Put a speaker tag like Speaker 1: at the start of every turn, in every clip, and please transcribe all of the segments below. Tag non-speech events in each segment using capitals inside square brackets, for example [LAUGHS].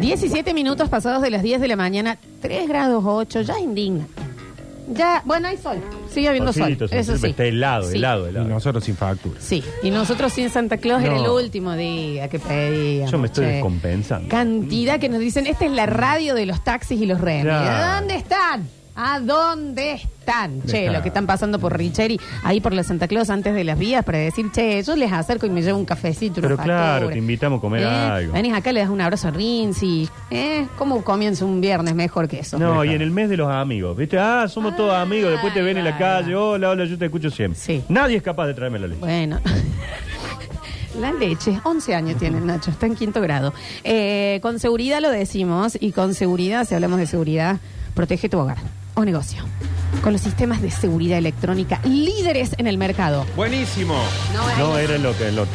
Speaker 1: 17 minutos pasados de las 10 de la mañana, 3 grados 8, ya indigna. Ya, bueno, hay sol, sigue habiendo sol.
Speaker 2: Solcito,
Speaker 1: Eso
Speaker 2: solcito,
Speaker 1: sí.
Speaker 2: Está helado,
Speaker 1: Sí.
Speaker 2: helado,
Speaker 3: Y
Speaker 2: helado.
Speaker 3: nosotros sin factura.
Speaker 1: Sí, y nosotros sin Santa Claus era
Speaker 2: No.
Speaker 1: el último día que pedíamos.
Speaker 2: Yo me estoy
Speaker 1: che.
Speaker 2: descompensando.
Speaker 1: Cantidad que nos dicen, esta es la radio de los taxis y los remis.
Speaker 2: Ya.
Speaker 1: ¿A dónde están? ¿A dónde están? Che,
Speaker 3: Está.
Speaker 1: lo que están pasando por Richeri, ahí por la Santa Claus antes de las vías para decir, che, yo les acerco y me llevo un cafecito, una
Speaker 2: Pero claro,
Speaker 1: factura.
Speaker 2: te invitamos a comer
Speaker 1: ¿Eh?
Speaker 2: algo.
Speaker 1: Venís acá, le das un abrazo a Rinzi. ¿Eh? ¿Cómo comienza un viernes mejor que eso?
Speaker 2: No, y en el mes de los amigos, ¿viste? Ah, somos todos amigos, después te ven en la
Speaker 1: Ay,
Speaker 2: calle,
Speaker 1: va.
Speaker 2: hola, hola, yo te escucho siempre.
Speaker 1: Sí.
Speaker 2: Nadie es capaz de traerme la leche.
Speaker 1: Bueno. [LAUGHS] La leche, 11 años tiene Nacho, está en quinto grado. Eh, con seguridad lo decimos y con seguridad, si hablamos de seguridad, protege tu hogar o negocio. Con los sistemas de seguridad electrónica líderes en el mercado.
Speaker 3: Buenísimo.
Speaker 1: No,
Speaker 2: No, era el otro, el otro.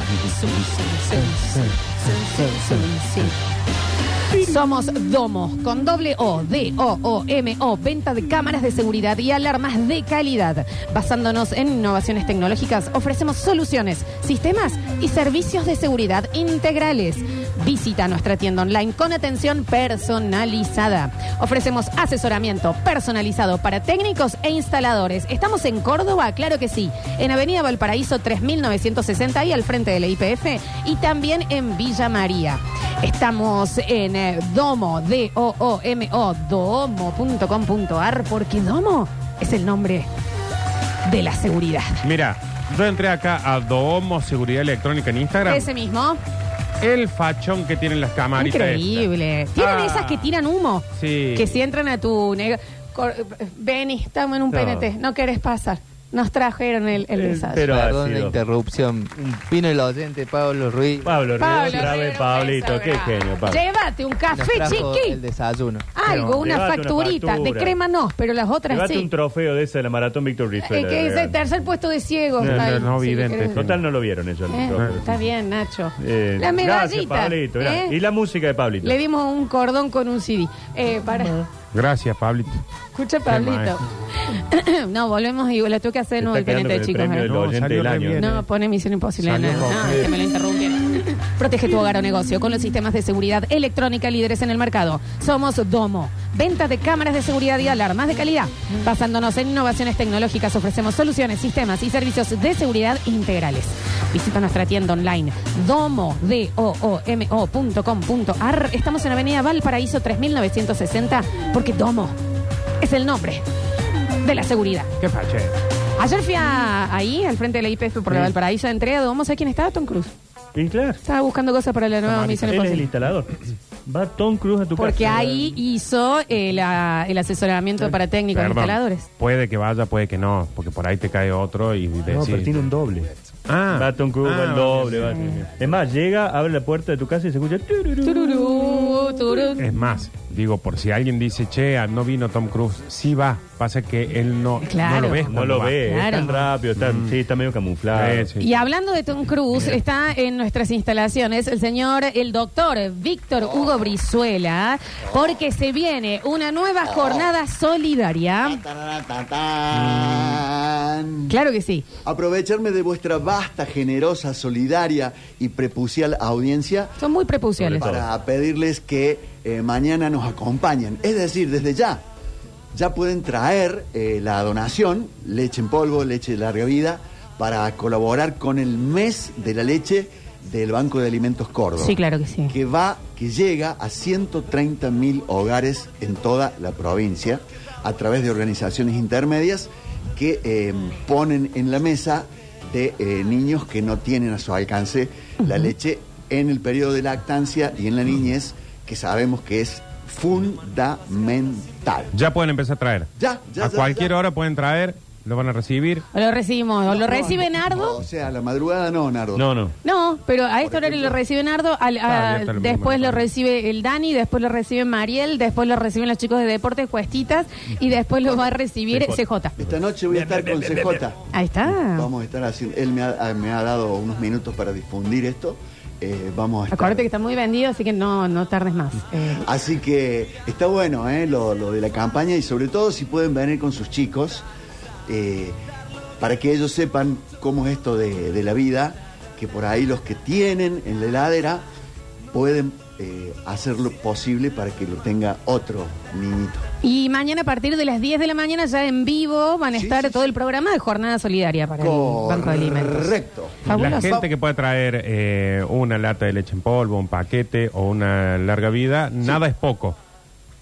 Speaker 1: Somos Domo, con doble O, D-O-O-M-O, venta de cámaras de seguridad y alarmas de calidad. Basándonos en innovaciones tecnológicas, ofrecemos soluciones, sistemas y servicios de seguridad integrales. Visita nuestra tienda online con atención personalizada. Ofrecemos asesoramiento personalizado para técnicos e instaladores. Estamos en Córdoba, claro que sí, en Avenida Valparaíso 3960 y al frente de la IPF y también en Villa María. Estamos en eh, Domo, D-O-O-M-O, domo.com.ar, porque Domo es el nombre de la seguridad.
Speaker 3: Mira, yo entré acá a Domo Seguridad Electrónica en Instagram.
Speaker 1: Ese mismo.
Speaker 3: El fachón que tienen las camaritas.
Speaker 1: Increíble.
Speaker 3: estas.
Speaker 1: Tienen
Speaker 3: Ah.
Speaker 1: esas que tiran humo.
Speaker 3: Sí.
Speaker 1: Que si entran a tu nego- cor- Vení, estamos en un
Speaker 2: No.
Speaker 1: PNT, no querés pasar. Nos trajeron el, el
Speaker 2: Eh,
Speaker 1: desayuno.
Speaker 2: pero- ha
Speaker 4: Perdón la
Speaker 2: sido.
Speaker 4: interrupción. Vino el oyente Pablo Ruiz.
Speaker 2: Pablo, Ríos,
Speaker 1: Pablo,
Speaker 2: otra vez,
Speaker 1: Rivero,
Speaker 2: Pablito, qué
Speaker 1: Rivero.
Speaker 2: genio, Pablo.
Speaker 1: Llévate un
Speaker 4: Nos
Speaker 1: café Ah,
Speaker 4: trajo el
Speaker 1: chiquito.
Speaker 4: desayuno.
Speaker 1: Algo, una
Speaker 2: Llévate una
Speaker 1: facturita. de
Speaker 2: factura.
Speaker 1: crema no, pero las otras
Speaker 2: Llévate
Speaker 1: sí.
Speaker 2: un trofeo de esa de la Maratón Víctor
Speaker 1: El
Speaker 2: Rizuela.
Speaker 1: que
Speaker 2: de
Speaker 1: dice
Speaker 2: regalo.
Speaker 1: tercer puesto de ciego.
Speaker 3: No, no,
Speaker 1: Ay,
Speaker 3: no,
Speaker 1: sí,
Speaker 3: vidente.
Speaker 1: creo que-
Speaker 2: Total, no lo vieron ellos. el
Speaker 1: Eh,
Speaker 2: trofeo.
Speaker 1: Está bien, Nacho.
Speaker 2: Eh,
Speaker 1: la
Speaker 2: Gracias,
Speaker 1: medallita.
Speaker 2: Pablito. mirá.
Speaker 1: ¿eh?
Speaker 2: Y la música de Pablito.
Speaker 1: Le dimos un cordón con un CD. Eh, para.
Speaker 3: Gracias, Pablito.
Speaker 1: Escucha, Pablito. [CLEARS THROAT] no, volvemos y la tuve que hacer de nuevo
Speaker 2: Está
Speaker 1: el
Speaker 2: quedando
Speaker 1: PNT,
Speaker 2: con el
Speaker 1: chicos.
Speaker 2: premio
Speaker 1: eh.
Speaker 2: del
Speaker 3: No,
Speaker 2: oyente
Speaker 3: salió
Speaker 2: del
Speaker 3: re
Speaker 2: año.
Speaker 3: bien.
Speaker 1: No, pone Misión Imposible.
Speaker 3: Salió
Speaker 1: no,
Speaker 3: con-
Speaker 1: no, que me lo interrumpieron. Protege tu hogar o negocio con los sistemas de seguridad electrónica líderes en el mercado. Somos Domo. Venta de cámaras de seguridad y alarmas de calidad. Basándonos en innovaciones tecnológicas, ofrecemos soluciones, sistemas y servicios de seguridad integrales. Visita nuestra tienda online domo, d o o m -O punto com punto ar. Estamos en Avenida Valparaíso 3960 porque Domo es el nombre de la seguridad.
Speaker 3: Qué faché.
Speaker 1: Ayer fui a- ahí, al frente de la IPF por la
Speaker 3: Sí.
Speaker 1: Valparaíso, entré a Domo. ¿Sabes quién estaba? Tom Cruz.
Speaker 2: Y claro,
Speaker 1: Estaba buscando cosas para la nueva
Speaker 3: Marita,
Speaker 1: misión
Speaker 2: él es el
Speaker 1: imposible.
Speaker 2: instalador. Va Tom Cruise a tu casa.
Speaker 1: Porque ahí hizo el, ah, el asesoramiento para técnicos e
Speaker 3: Perdón.
Speaker 1: instaladores.
Speaker 3: Puede que vaya, puede que no, porque por ahí te cae otro y decís.
Speaker 2: No, pero tiene un doble.
Speaker 3: Ah.
Speaker 2: va Tom Cruise,
Speaker 3: Ah,
Speaker 2: va el doble.
Speaker 3: bueno,
Speaker 2: va- Es más, llega, abre la puerta de tu casa y se escucha. tururú.
Speaker 1: Tururú, tururú.
Speaker 3: Es más, digo, por si alguien dice, che, ah, no vino Tom Cruise, sí va. Pasa que él no,
Speaker 1: Claro.
Speaker 3: no lo ves.
Speaker 2: No
Speaker 3: cuando
Speaker 2: lo
Speaker 3: va.
Speaker 2: ve,
Speaker 1: Claro.
Speaker 2: es tan rápido, está, sí, está medio camuflado.
Speaker 3: Eh, Mm. sí.
Speaker 1: Y hablando de Tom Cruise, está en nuestras instalaciones el señor, el doctor Víctor Hugo Brizuela, porque se viene una nueva jornada solidaria.
Speaker 5: Tararatatán.
Speaker 1: Claro que sí.
Speaker 5: Aprovecharme de vuestra vasta, generosa, solidaria y prepucial audiencia
Speaker 1: Son muy prepuciales.
Speaker 5: para pedirles que eh, mañana nos acompañen. Es decir, desde ya, ya pueden traer eh, la donación, leche en polvo, leche de larga vida, para colaborar con el mes de la leche del Banco de Alimentos Córdoba.
Speaker 1: Sí, claro que sí.
Speaker 5: que va, que llega a 130 mil hogares en toda la provincia a través de organizaciones intermedias que eh, ponen en la mesa de eh, niños que no tienen a su alcance la leche en el periodo de lactancia y en la niñez, que sabemos que es fundamental.
Speaker 3: Ya pueden empezar a traer.
Speaker 5: Ya, ya,
Speaker 3: A
Speaker 5: ya,
Speaker 3: cualquier
Speaker 5: ya.
Speaker 3: hora pueden traer, lo van a recibir.
Speaker 1: O lo recibimos, o lo recibe Nardo.
Speaker 5: O sea, a la madrugada no, Nardo.
Speaker 2: No, no.
Speaker 1: No, pero a este horario lo recibe Nardo, al- a-
Speaker 3: Ah, ya está el mismo,
Speaker 1: después lo
Speaker 3: bueno.
Speaker 1: recibe el Dani, después lo recibe Mariel, después lo reciben los chicos de Deportes Cuestitas y después lo va a recibir CJ.
Speaker 5: Esta noche voy a estar con CJ.
Speaker 1: Ahí está.
Speaker 5: Vamos a estar haciendo. Él me ha, ah, me ha dado unos minutos para difundir esto. Eh, vamos a estar-
Speaker 1: Acuérdate que está muy vendido, así que no, no tardes más. Eh,
Speaker 5: Así que está bueno ¿eh? lo, lo de la campaña y sobre todo si pueden venir con sus chicos eh, para que ellos sepan cómo es esto de, de la vida, que por ahí los que tienen en la heladera pueden eh, hacer lo posible para que lo tenga otro niñito.
Speaker 1: Y mañana a partir de las 10 de la mañana ya en vivo van a
Speaker 5: Sí,
Speaker 1: estar
Speaker 5: sí,
Speaker 1: todo
Speaker 5: sí.
Speaker 1: el programa de Jornada Solidaria para el Banco de Alimentos.
Speaker 5: Correcto.
Speaker 1: Fabuloso.
Speaker 3: La gente que pueda traer eh, una lata de leche en polvo, un paquete o una larga vida, nada es poco.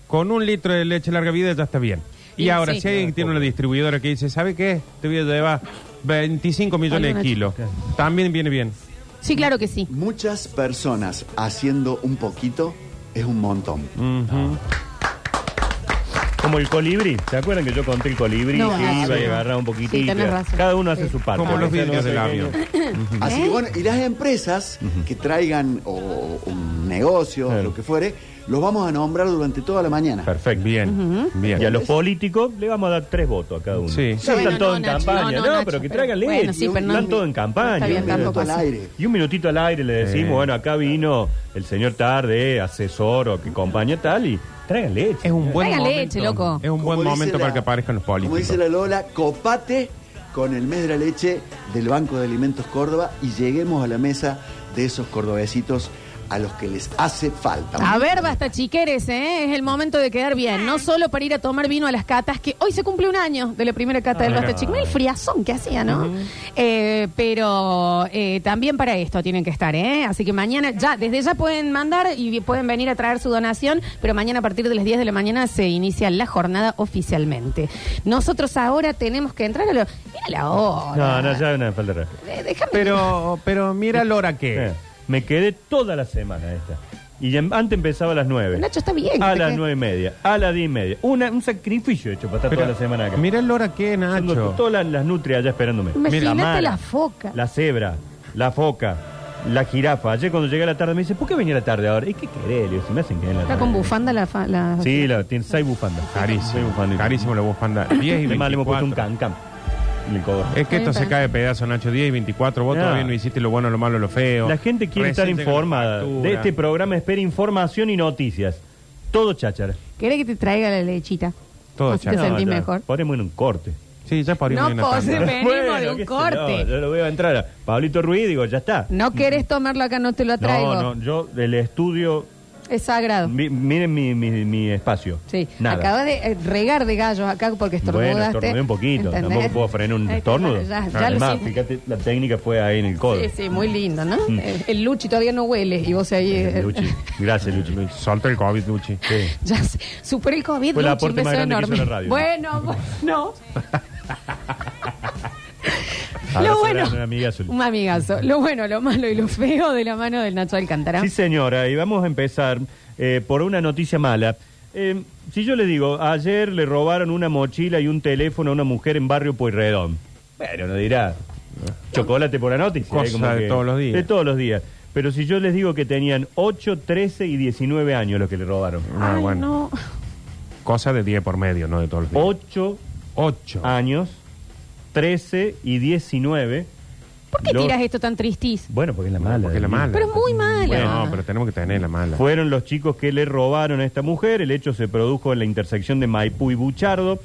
Speaker 3: Con un litro de leche larga vida ya está bien. Y
Speaker 1: Bien,
Speaker 3: ahora,
Speaker 1: sí.
Speaker 3: si alguien que tiene una distribuidora que dice, ¿sabe qué? Te voy a llevar 25 millones de
Speaker 1: Alguna
Speaker 3: kilos. También viene bien.
Speaker 1: Sí, claro que sí.
Speaker 5: Muchas personas haciendo un poquito es un montón.
Speaker 3: Ujú.
Speaker 2: Como el colibrí. ¿Se acuerdan que yo conté el colibrí
Speaker 1: No,
Speaker 2: que
Speaker 1: ah,
Speaker 2: iba
Speaker 1: sí.
Speaker 2: y agarraba un
Speaker 1: Sí,
Speaker 2: poquitito?
Speaker 1: tenés razón.
Speaker 2: Cada uno hace
Speaker 1: Sí.
Speaker 2: su parte.
Speaker 3: Como los vidrios del avión.
Speaker 5: Así que
Speaker 3: ¿Eh?
Speaker 5: bueno, y las empresas que traigan o un negocio,
Speaker 2: Claro.
Speaker 5: lo que fuere, los vamos a nombrar durante toda la mañana.
Speaker 3: Perfecto. Bien. Bien.
Speaker 2: Y a los políticos le vamos a dar tres votos a cada uno.
Speaker 3: Sí.
Speaker 2: Sí, están
Speaker 1: Bueno,
Speaker 2: todos
Speaker 1: no,
Speaker 2: en
Speaker 1: Nacho,
Speaker 2: campaña.
Speaker 1: no,
Speaker 2: No,
Speaker 1: no, Nacho,
Speaker 2: pero que
Speaker 1: pero-
Speaker 2: traigan leche.
Speaker 1: bueno, sí, pero no-
Speaker 2: están todos en campaña.
Speaker 1: no está bien
Speaker 5: Y un
Speaker 1: tampoco
Speaker 5: minuto al
Speaker 1: así.
Speaker 5: aire.
Speaker 2: Y un minutito al aire le decimos,
Speaker 3: Sí.
Speaker 2: bueno, acá vino el señor Tarde, asesor o que acompaña tal, y traigan leche.
Speaker 3: Es un buen
Speaker 1: Traigan
Speaker 3: momento.
Speaker 1: leche, loco.
Speaker 3: Es un
Speaker 5: Como
Speaker 3: buen
Speaker 5: dice
Speaker 3: momento
Speaker 5: la-
Speaker 3: para que aparezcan los
Speaker 5: Como
Speaker 3: políticos.
Speaker 5: dice la Lola, copate con el mes de la leche del Banco de Alimentos Córdoba y lleguemos a la mesa de esos cordobesitos a los que les hace falta.
Speaker 1: A ver, basta chiqueres, ¿eh? Es el momento de quedar bien. No solo para ir a tomar vino a las catas, que hoy se cumple un año de la primera cata del
Speaker 3: Ah,
Speaker 1: basta
Speaker 3: mira.
Speaker 1: chiqueres. El friazón que hacía, ¿no? Eh, pero eh, también para esto tienen que estar, ¿eh? Así que mañana, ya, desde ya pueden mandar y pueden venir a traer su donación, pero mañana a partir de las 10 de la mañana se inicia la jornada oficialmente. Nosotros ahora tenemos que entrar a, lo, mira la hora.
Speaker 2: No, no, ya es una falta de respeto.
Speaker 1: Eh, Déjame.
Speaker 3: Pero, pero mira Lora
Speaker 2: Eh,
Speaker 3: que.
Speaker 2: Me quedé toda la semana esta. Y ya em- antes empezaba a las nueve.
Speaker 1: Nacho, está bien,
Speaker 2: A
Speaker 1: que-
Speaker 2: las nueve y media, a las diez y media. Una- un sacrificio hecho para estar toda la semana acá.
Speaker 3: Mira Lora que,
Speaker 2: Tengo
Speaker 3: Nacho.
Speaker 2: Todas las, las nutrias allá esperándome.
Speaker 1: Imagínate
Speaker 2: mara,
Speaker 1: la foca.
Speaker 2: La cebra, la foca, la jirafa. Ayer cuando llegué a la tarde me dice, ¿por qué venía a la tarde ahora? ¿Y qué querés? Le digo, si me hacen que en la
Speaker 1: Está
Speaker 2: tarde.
Speaker 1: con bufanda la... fa- la-
Speaker 2: Sí, la, tiene seis bufandas. Seis
Speaker 3: Carísimo.
Speaker 2: bufandas.
Speaker 3: Carísimo
Speaker 2: [LAUGHS]
Speaker 3: la bufanda. 10 y
Speaker 2: Además le hemos puesto un
Speaker 3: 24.
Speaker 2: cancam. Le cobro.
Speaker 3: Es que esto
Speaker 1: Está
Speaker 3: se
Speaker 1: bien.
Speaker 3: cae de pedazo, Nacho. 10 y 24. Vos
Speaker 2: Ya.
Speaker 3: todavía no hiciste lo bueno, lo malo, lo feo.
Speaker 2: La gente quiere estar
Speaker 3: Recién llegan
Speaker 2: informada.
Speaker 3: las
Speaker 2: De
Speaker 3: facturas.
Speaker 2: este programa espera información y noticias. Todo cháchara.
Speaker 1: ¿Querés que te traiga la lechita?
Speaker 3: Todo
Speaker 1: Así te
Speaker 3: cháchara.
Speaker 1: sentís
Speaker 2: ya,
Speaker 1: mejor.
Speaker 2: Ponemos en un corte.
Speaker 3: Sí, ya por ahí
Speaker 1: No
Speaker 3: hay una tanda.
Speaker 1: pose, ve. [LAUGHS] Venimos de un
Speaker 2: qué sé
Speaker 1: corte.
Speaker 2: yo, yo lo voy a entrar a Pablito Ruiz, digo, ya está.
Speaker 1: No querés tomarlo acá, no te lo traigo.
Speaker 2: Mm. No, no, yo del estudio,
Speaker 1: Es sagrado.
Speaker 2: mi- miren mi, mi- mi espacio.
Speaker 1: Sí,
Speaker 2: Nada.
Speaker 1: acabas de eh, regar de gallos acá porque estornudaste.
Speaker 2: Bueno, estornudé un poquito.
Speaker 1: ¿entendés?
Speaker 2: Tampoco puedo frenar un
Speaker 1: Ahí está,
Speaker 2: estornudo.
Speaker 1: Ya, ya lo
Speaker 2: Además,
Speaker 1: siento.
Speaker 2: fíjate, la técnica fue ahí en el codo.
Speaker 1: Sí, sí, muy lindo, ¿no?
Speaker 2: Mm.
Speaker 1: Eh, El Luchi todavía no huele y vos ahí... eh,
Speaker 2: Luchi. Gracias, Luchi.
Speaker 3: Solta el COVID, Luchi.
Speaker 1: [LAUGHS] Ya sé, superé el COVID,
Speaker 2: Fue el
Speaker 1: Luchi,
Speaker 2: aporte
Speaker 1: un beso
Speaker 2: más grande que
Speaker 1: enorme.
Speaker 2: hizo la radio.
Speaker 1: Bueno,
Speaker 2: [LAUGHS]
Speaker 1: bueno.
Speaker 2: Abrazo
Speaker 1: Lo bueno,
Speaker 2: grande, amigazo.
Speaker 1: un amigazo. Lo bueno, lo malo y lo feo de la mano del Nacho Alcántara.
Speaker 2: Sí, señora, y vamos a empezar eh, por una noticia mala. Eh, si yo le digo, ayer le robaron una mochila y un teléfono a una mujer en barrio Pueyrredón. Bueno, no dirá. Chocolate por la noticia.
Speaker 3: Cosa
Speaker 2: eh, como
Speaker 3: de todos los días.
Speaker 2: De todos los días. Pero si yo les digo que tenían 8, 13 y 19 años los que le robaron.
Speaker 3: Ah,
Speaker 1: Ay,
Speaker 3: bueno.
Speaker 1: no.
Speaker 3: Cosa de 10 por medio, no de todos los días.
Speaker 2: 8
Speaker 3: Ocho.
Speaker 2: años, 13 y 19.
Speaker 1: ¿Por qué
Speaker 2: Los-
Speaker 1: tiras esto tan tristis?
Speaker 2: Bueno, porque es la mala.
Speaker 3: Porque es la
Speaker 2: Daniel.
Speaker 3: mala.
Speaker 1: Pero es muy mala.
Speaker 3: Bueno, no, pero tenemos que tener la mala.
Speaker 2: Fueron los chicos que le robaron a esta mujer. El hecho se produjo en la intersección de Maipú y Buchardo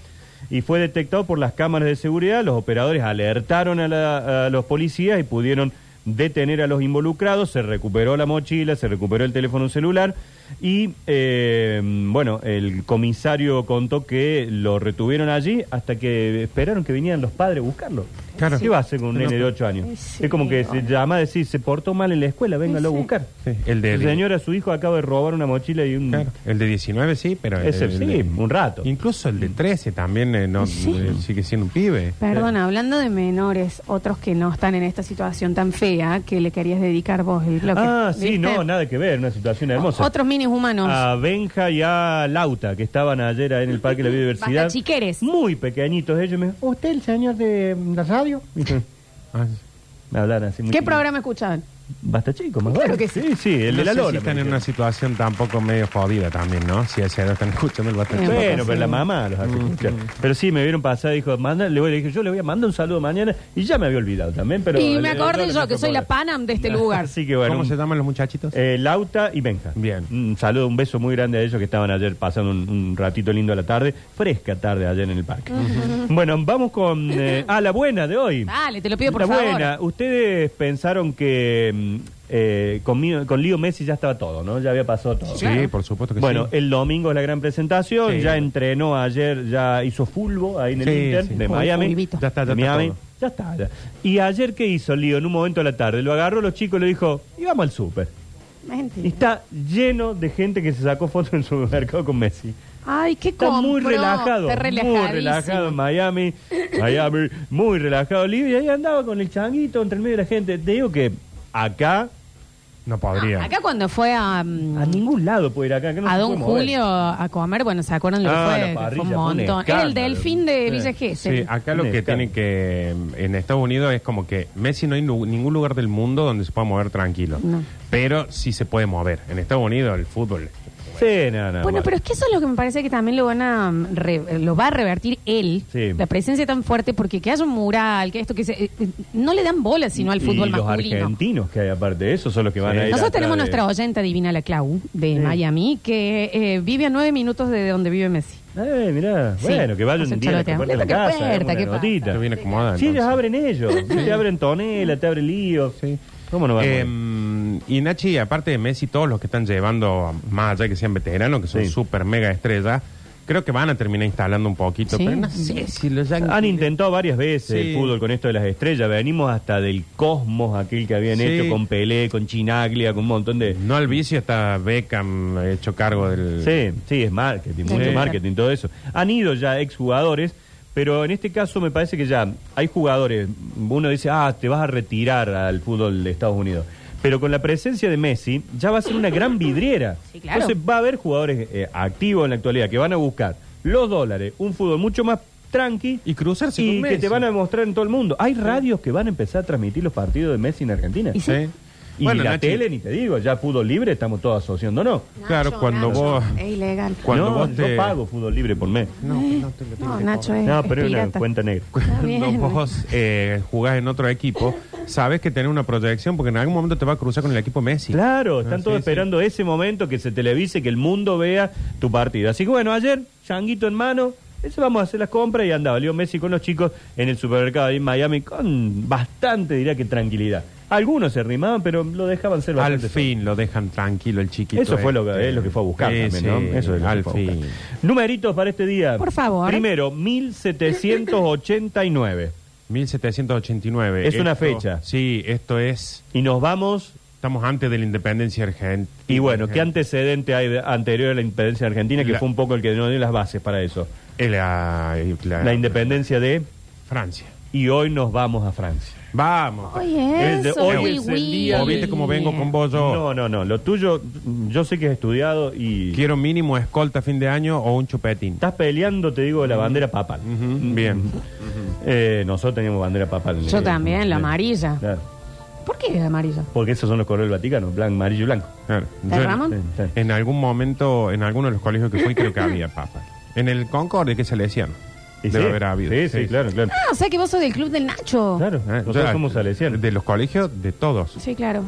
Speaker 2: y fue detectado por las cámaras de seguridad. Los operadores alertaron a, la- a los policías y pudieron detener a los involucrados. Se recuperó la mochila, se recuperó el teléfono celular y, eh, bueno, el comisario contó que lo retuvieron allí hasta que esperaron que vinieran los padres a buscarlo.
Speaker 3: Claro.
Speaker 2: ¿Qué va a hacer con un
Speaker 3: No.
Speaker 2: nene de 8 años?
Speaker 1: Sí,
Speaker 2: es como que se llama a decir, se portó mal en la escuela, véngalo a buscar.
Speaker 3: Sí, el de-
Speaker 2: El señor a su hijo acaba de robar una mochila y un...
Speaker 3: Claro. El de 19 sí, pero... el-
Speaker 2: Ese,
Speaker 3: el
Speaker 2: sí,
Speaker 3: de-
Speaker 2: un rato.
Speaker 3: Incluso el de 13 también eh, no, eh, sigue siendo un pibe.
Speaker 1: Perdón, hablando de menores, otros que no están en esta situación tan fea que le querías dedicar vos el bloque.
Speaker 2: ah,
Speaker 1: ¿viste?
Speaker 2: sí, no, nada Ah, que ver, una situación hermosa.
Speaker 1: Otros minis humanos.
Speaker 2: A Benja y a Lauta, que estaban ayer ahí en el Parque de la Biodiversidad.
Speaker 1: [LAUGHS] Basta chiqueres.
Speaker 2: Muy pequeñitos ellos. Me, ¿Usted el señor de mm, la radio? Dice,
Speaker 3: Ah,
Speaker 2: me hablan así. muy
Speaker 1: ¿Qué
Speaker 2: chiquito.
Speaker 1: programa escuchaban?
Speaker 2: Basta chico, más
Speaker 1: Claro
Speaker 2: vale.
Speaker 1: que sí.
Speaker 2: Sí, sí, el
Speaker 3: no
Speaker 2: de la
Speaker 3: sé si
Speaker 2: Lola.
Speaker 3: están
Speaker 2: me
Speaker 3: en una
Speaker 2: dijeron.
Speaker 3: situación tampoco medio jodida también, ¿no? Si a esa edad están escuchando el bastante.
Speaker 1: Sí, un
Speaker 2: Bueno,
Speaker 1: poco
Speaker 2: pero
Speaker 1: así.
Speaker 2: la mamá los hace escuchar. Pero sí, me vieron pasar, dijo, manda, le, voy- le dije, yo le voy a mandar un saludo mañana y ya me había olvidado también, pero...
Speaker 1: y
Speaker 2: le-
Speaker 1: me
Speaker 2: le-
Speaker 1: acordé
Speaker 2: no,
Speaker 1: yo
Speaker 2: no
Speaker 1: que
Speaker 2: se
Speaker 1: soy la
Speaker 2: puede.
Speaker 1: Panam de este
Speaker 2: [LAUGHS]
Speaker 1: lugar.
Speaker 2: Así que bueno,
Speaker 3: ¿Cómo
Speaker 2: un-
Speaker 3: se llaman los muchachitos?
Speaker 2: Eh, Lauta y Benja.
Speaker 3: Bien.
Speaker 2: Un saludo, un beso muy grande a ellos que estaban ayer pasando un, un ratito lindo a la tarde. Fresca tarde ayer en el parque. Bueno, vamos con... eh, ah, la buena de hoy.
Speaker 1: Dale, te lo pido por
Speaker 2: la
Speaker 1: favor.
Speaker 2: buena. ¿Ustedes pensaron que eh, eh, con, mi- con Leo Messi ya estaba todo, ¿no? Ya había pasado todo.
Speaker 3: Sí, por supuesto que
Speaker 2: Bueno,
Speaker 3: sí.
Speaker 2: el domingo es la gran presentación,
Speaker 3: Sí.
Speaker 2: ya entrenó ayer, ya hizo fulbo ahí en el
Speaker 3: Sí,
Speaker 2: Inter
Speaker 3: sí.
Speaker 2: de
Speaker 3: Fulbo,
Speaker 2: Miami.
Speaker 1: fulbito.
Speaker 3: Ya está, ya está
Speaker 2: Miami.
Speaker 3: todo.
Speaker 2: Ya está, ya. Y ayer, ¿qué hizo Lío? En un momento de la tarde, lo agarró a los chicos y le dijo, y vamos al súper. Y
Speaker 1: Mentira.
Speaker 2: está lleno de gente que se sacó fotos en el supermercado con Messi.
Speaker 1: Ay, qué
Speaker 2: Está muy
Speaker 1: compró.
Speaker 2: relajado,
Speaker 1: Está
Speaker 2: muy relajado en
Speaker 1: relajadísimo.
Speaker 2: Miami, Miami, muy relajado Lío. Y ahí andaba con el changuito entre el medio de la gente. Te digo que acá,
Speaker 3: No podría.
Speaker 1: Ah, Acá cuando fue a, mm,
Speaker 2: a ningún lado puede ir acá. acá no
Speaker 1: a
Speaker 2: se
Speaker 1: Don
Speaker 2: puede mover.
Speaker 1: Julio a comer, bueno, ¿se acuerdan lo que
Speaker 2: Ah,
Speaker 1: fue?
Speaker 2: la parrilla,
Speaker 1: fue un
Speaker 2: fue un
Speaker 1: montón. Era el
Speaker 2: escándalo.
Speaker 1: delfín de
Speaker 2: Sí.
Speaker 1: Villa Gesell.
Speaker 3: Sí, acá lo
Speaker 2: Un
Speaker 3: que
Speaker 2: escándalo.
Speaker 3: tienen que en Estados Unidos es como que Messi no hay nu- ningún lugar del mundo donde se pueda mover tranquilo.
Speaker 1: No.
Speaker 3: Pero sí se puede mover. En Estados Unidos el fútbol.
Speaker 2: Sí, no,
Speaker 1: Bueno,
Speaker 2: no, Ah, bueno.
Speaker 1: pero es que eso es lo que me parece que también lo van a mm, re- lo va a revertir él,
Speaker 2: Sí.
Speaker 1: la presencia tan fuerte, porque que haya un mural, que esto, que se, eh, eh, no le dan bola sino al fútbol
Speaker 2: y
Speaker 1: masculino.
Speaker 2: los argentinos que hay aparte de eso son los que van
Speaker 3: Sí.
Speaker 2: a ir
Speaker 1: Nosotros
Speaker 2: atrás
Speaker 1: tenemos
Speaker 2: de-
Speaker 1: nuestra oyenta divina, la Clau, de
Speaker 2: Sí.
Speaker 1: Miami, que eh, vive a nueve minutos de donde vive Messi.
Speaker 2: eh mirá
Speaker 1: Sí.
Speaker 2: bueno que vayan
Speaker 1: Hace
Speaker 2: un día a
Speaker 1: chalotea.
Speaker 2: la puerta de la
Speaker 1: ¿Qué
Speaker 2: casa
Speaker 1: puerta?
Speaker 2: una
Speaker 1: ¿Qué
Speaker 2: notita.
Speaker 3: Está bien acomodada.
Speaker 2: sí ellos
Speaker 3: entonces.
Speaker 2: abren ellos sí, te abren Tonela te abren Lío
Speaker 3: Sí.
Speaker 2: ¿cómo no van
Speaker 3: Eh, y Nachi, aparte de Messi, todos los que están llevando, más allá que sean veteranos, que son
Speaker 2: Sí.
Speaker 3: súper mega estrellas, creo que van a terminar instalando un poquito.
Speaker 1: Sí.
Speaker 3: Pero no sé si los Yankees-
Speaker 2: han intentado varias veces
Speaker 3: Sí.
Speaker 2: el fútbol con esto de las estrellas venimos hasta del cosmos aquel que habían
Speaker 3: Sí.
Speaker 2: hecho con Pelé con Chinaglia con un montón de
Speaker 3: No al vicio está Beckham hecho cargo del...
Speaker 2: Sí, sí, es marketing,
Speaker 1: Sí.
Speaker 2: mucho
Speaker 1: Sí.
Speaker 2: marketing, todo eso. Han ido ya exjugadores, pero en este caso me parece que ya hay jugadores, uno dice, ah, te vas a retirar al fútbol de Estados Unidos. Pero con la presencia de Messi ya va a ser una gran vidriera.
Speaker 1: Sí, claro.
Speaker 2: Entonces va a haber jugadores eh, activos en la actualidad que van a buscar los dólares, un fútbol mucho más tranqui
Speaker 3: Y cruzarse
Speaker 2: y
Speaker 3: con
Speaker 2: que
Speaker 3: Messi.
Speaker 2: te van a mostrar en todo el mundo. Hay radios que van a empezar a transmitir los partidos de Messi en Argentina.
Speaker 1: Y
Speaker 2: Y,
Speaker 1: sí.
Speaker 2: y
Speaker 3: Bueno,
Speaker 2: la
Speaker 3: Nachi,
Speaker 2: tele, ni te digo, ya fútbol libre estamos todos asociando, ¿no?
Speaker 3: Claro, cuando vos... [LAUGHS]
Speaker 1: Es ilegal.
Speaker 3: Cuando
Speaker 2: no,
Speaker 3: vos
Speaker 2: yo
Speaker 3: te-
Speaker 2: pago fútbol libre por mes.
Speaker 3: No, no te lo
Speaker 1: No,
Speaker 3: tengo que
Speaker 1: Nacho es,
Speaker 2: No,
Speaker 1: es
Speaker 2: pero es una
Speaker 1: pirata.
Speaker 2: cuenta negra.
Speaker 1: Está
Speaker 3: cuando
Speaker 1: bien.
Speaker 3: vos eh, jugás en otro equipo, sabes que tenés una proyección porque en algún momento te va a cruzar con el equipo Messi.
Speaker 2: Claro,
Speaker 3: Ah,
Speaker 2: están
Speaker 3: sí,
Speaker 2: todos
Speaker 3: sí.
Speaker 2: esperando ese momento que se televise, que el mundo vea tu partido. Así que bueno, ayer, changuito en mano, eso vamos a hacer las compras y andaba Leo Messi con los chicos en el supermercado ahí en Miami con bastante, diría que tranquilidad. Algunos se rimaban, pero lo dejaban ser
Speaker 3: Al
Speaker 2: bastante
Speaker 3: fin lo dejan tranquilo el chiquito.
Speaker 2: Eso fue lo que,
Speaker 3: este.
Speaker 2: es lo que fue a buscar
Speaker 3: Sí,
Speaker 2: también, ¿no?
Speaker 3: sí,
Speaker 2: Eso es lo que
Speaker 3: al
Speaker 2: fue a buscar.
Speaker 3: fin.
Speaker 2: Numeritos para este día.
Speaker 1: Por favor.
Speaker 2: Primero, 1789.
Speaker 3: 1789.
Speaker 2: Es una fecha.
Speaker 3: Sí, esto es.
Speaker 2: Y nos vamos
Speaker 3: Estamos antes de la independencia argentina.
Speaker 2: Y bueno, ¿qué antecedente hay de- anterior a la independencia argentina que
Speaker 3: La-
Speaker 2: fue un poco el que nos dio las bases para eso?
Speaker 3: Eh, La, la-
Speaker 2: La independencia de...
Speaker 3: Francia.
Speaker 2: Y hoy nos vamos a Francia.
Speaker 3: Vamos.
Speaker 1: Hoy es,
Speaker 2: Desde hoy es el día
Speaker 3: ¿O
Speaker 2: de-
Speaker 3: viste cómo vengo con vos yo?
Speaker 2: No, no, no. Lo tuyo, mm, yo sé que has estudiado y...
Speaker 3: Quiero mínimo escolta a fin de año o un chupetín.
Speaker 2: Estás peleando, te digo, de la bandera papal.
Speaker 3: Ujú, bien.
Speaker 2: Eh, nosotros teníamos bandera papal.
Speaker 1: Yo
Speaker 2: Eh,
Speaker 1: también, la
Speaker 2: eh,
Speaker 1: amarilla.
Speaker 2: claro.
Speaker 1: ¿Por qué amarillo?
Speaker 2: Porque esos son los colores del Vaticano, blanco, amarillo y blanco.
Speaker 3: Claro.
Speaker 1: ¿Te
Speaker 3: Yo-
Speaker 1: Ramón?
Speaker 2: Sí, sí.
Speaker 3: En algún momento, en alguno de los colegios que fui, creo que había papa. En el Concorde, que se le decían.
Speaker 2: Y
Speaker 3: Debe
Speaker 2: sí,
Speaker 3: haber habido.
Speaker 2: Sí, sí, claro, claro.
Speaker 1: Ah, o sea que vos sos del club del Nacho.
Speaker 2: Claro,
Speaker 3: Ah,
Speaker 2: nosotros
Speaker 3: yo-
Speaker 2: somos salesianos.
Speaker 3: De los colegios, de todos.
Speaker 1: Sí, claro.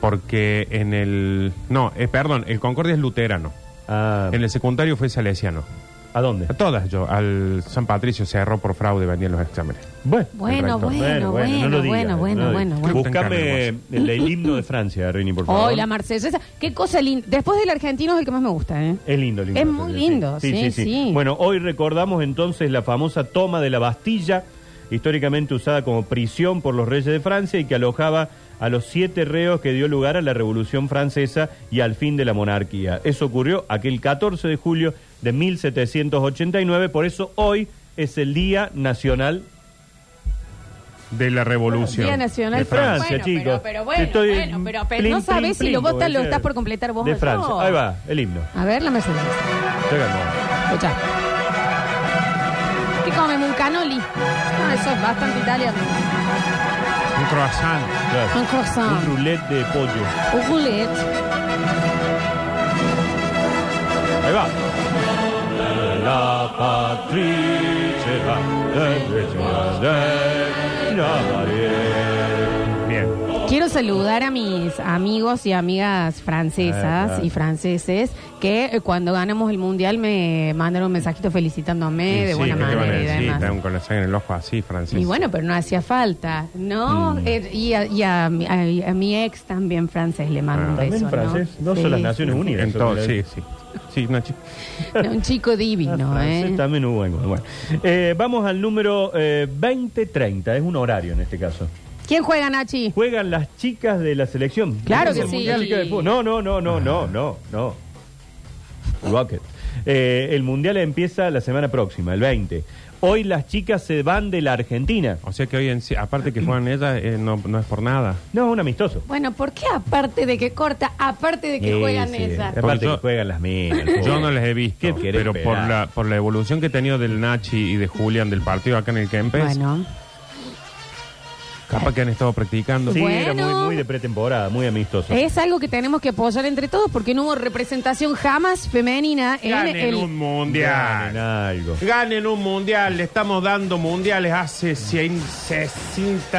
Speaker 3: Porque en el. No, eh, perdón, el Concordia es luterano.
Speaker 2: Ah,
Speaker 3: En el secundario fue salesiano.
Speaker 2: ¿A dónde?
Speaker 3: A todas yo. Al San Patricio se erró por fraude, vendían los exámenes.
Speaker 2: Bueno.
Speaker 1: Bueno,
Speaker 3: Correcto.
Speaker 1: bueno, bueno,
Speaker 2: no
Speaker 1: bueno,
Speaker 2: lo digas,
Speaker 1: bueno,
Speaker 2: no
Speaker 1: bueno,
Speaker 2: lo
Speaker 1: bueno,
Speaker 2: digas.
Speaker 1: bueno.
Speaker 2: Buscame el, el himno de Francia, Rini, por favor.
Speaker 1: Hoy la marsellesa. Qué cosa linda. Después del argentino es el que más me gusta, ¿eh?
Speaker 2: Es lindo, lindo.
Speaker 1: Es muy lindo, sí, sí.
Speaker 2: Bueno, hoy recordamos entonces la famosa toma de la Bastilla, históricamente usada como prisión por los reyes de Francia y que alojaba a los siete reos que dio lugar a la Revolución Francesa y al fin de la monarquía. Eso ocurrió aquel 14 de julio de 1789, por eso hoy es el Día Nacional
Speaker 3: De la revolución.
Speaker 1: Día Nacional
Speaker 2: de Francia,
Speaker 1: Bueno,
Speaker 2: chicos.
Speaker 1: pero- pero bueno, bueno, pero- pero no sabés si lo votas,
Speaker 2: votas
Speaker 1: lo estás por completar vos
Speaker 2: De
Speaker 1: o yo.
Speaker 2: Francia. Ahí va, el himno.
Speaker 1: A ver, la marsellesa. Escucha. ¿Qué comemos? ¿Un canoli? No, eso es bastante italiano.
Speaker 3: Un croissant.
Speaker 2: Claro.
Speaker 1: Un croissant.
Speaker 2: Un roulette de pollo.
Speaker 1: Un roulette.
Speaker 2: Ahí va. La patrice va, la patrice va, la patrice.
Speaker 3: Bien.
Speaker 1: Quiero saludar a mis amigos y amigas
Speaker 2: Ah,
Speaker 1: francesas
Speaker 2: claro.
Speaker 1: y franceses que eh, cuando ganamos el mundial me mandaron un mensajito felicitándome de
Speaker 3: sí,
Speaker 1: buena
Speaker 3: ¿qué te van a
Speaker 1: manera y
Speaker 3: decir?
Speaker 1: demás.
Speaker 3: Están con la sangre en el ojo así, Francis.
Speaker 1: Y bueno, pero no hacía falta, ¿no?
Speaker 2: Mm.
Speaker 1: Eh, y a, y a mi- a- a mi ex también francés le mando
Speaker 3: Ah.
Speaker 1: un beso.
Speaker 2: También francés, no son las Naciones Unidas.
Speaker 3: En todo, sí, sí. Sí, no, chi-
Speaker 1: No, un chico divino,
Speaker 2: Ah, Francés
Speaker 1: ¿eh?
Speaker 2: También hubo algo. Bueno. Eh, vamos al número eh, 20-30, es un horario en este caso.
Speaker 1: ¿Quién juega, Nachi?
Speaker 2: Juegan las chicas de la selección.
Speaker 1: Claro que
Speaker 2: Juegan
Speaker 1: sí.
Speaker 2: Mundial de Chicas de Fútbol. No, no, no, no, no, no, no. Rocket. Eh, el mundial empieza la semana próxima, el 20. Hoy las chicas se van de la Argentina.
Speaker 3: O sea que hoy en sí, aparte que juegan ellas, eh, no, no es por nada.
Speaker 2: No, es un amistoso.
Speaker 1: Bueno, ¿por qué aparte de que corta, aparte de que
Speaker 2: Sí,
Speaker 1: juegan
Speaker 2: sí.
Speaker 1: esas?
Speaker 2: Aparte
Speaker 3: Yo-
Speaker 2: que juegan las mías.
Speaker 3: Yo no les he
Speaker 2: ¿Qué
Speaker 3: visto,
Speaker 2: querés
Speaker 3: pero por
Speaker 2: esperar?
Speaker 3: la, por la evolución que he tenido del Nachi y de Julián del partido acá en el Kempes,
Speaker 1: Bueno,
Speaker 3: capaz que han estado practicando.
Speaker 2: Sí, era
Speaker 1: Bueno.
Speaker 2: muy, muy de pretemporada, muy amistoso.
Speaker 1: es algo que tenemos que apoyar entre todos porque no hubo representación jamás femenina en
Speaker 3: Ganen
Speaker 1: el...
Speaker 3: un
Speaker 2: Ganen
Speaker 3: mundial.
Speaker 2: algo.
Speaker 3: Ganen un mundial. Le estamos dando mundiales hace 100, 60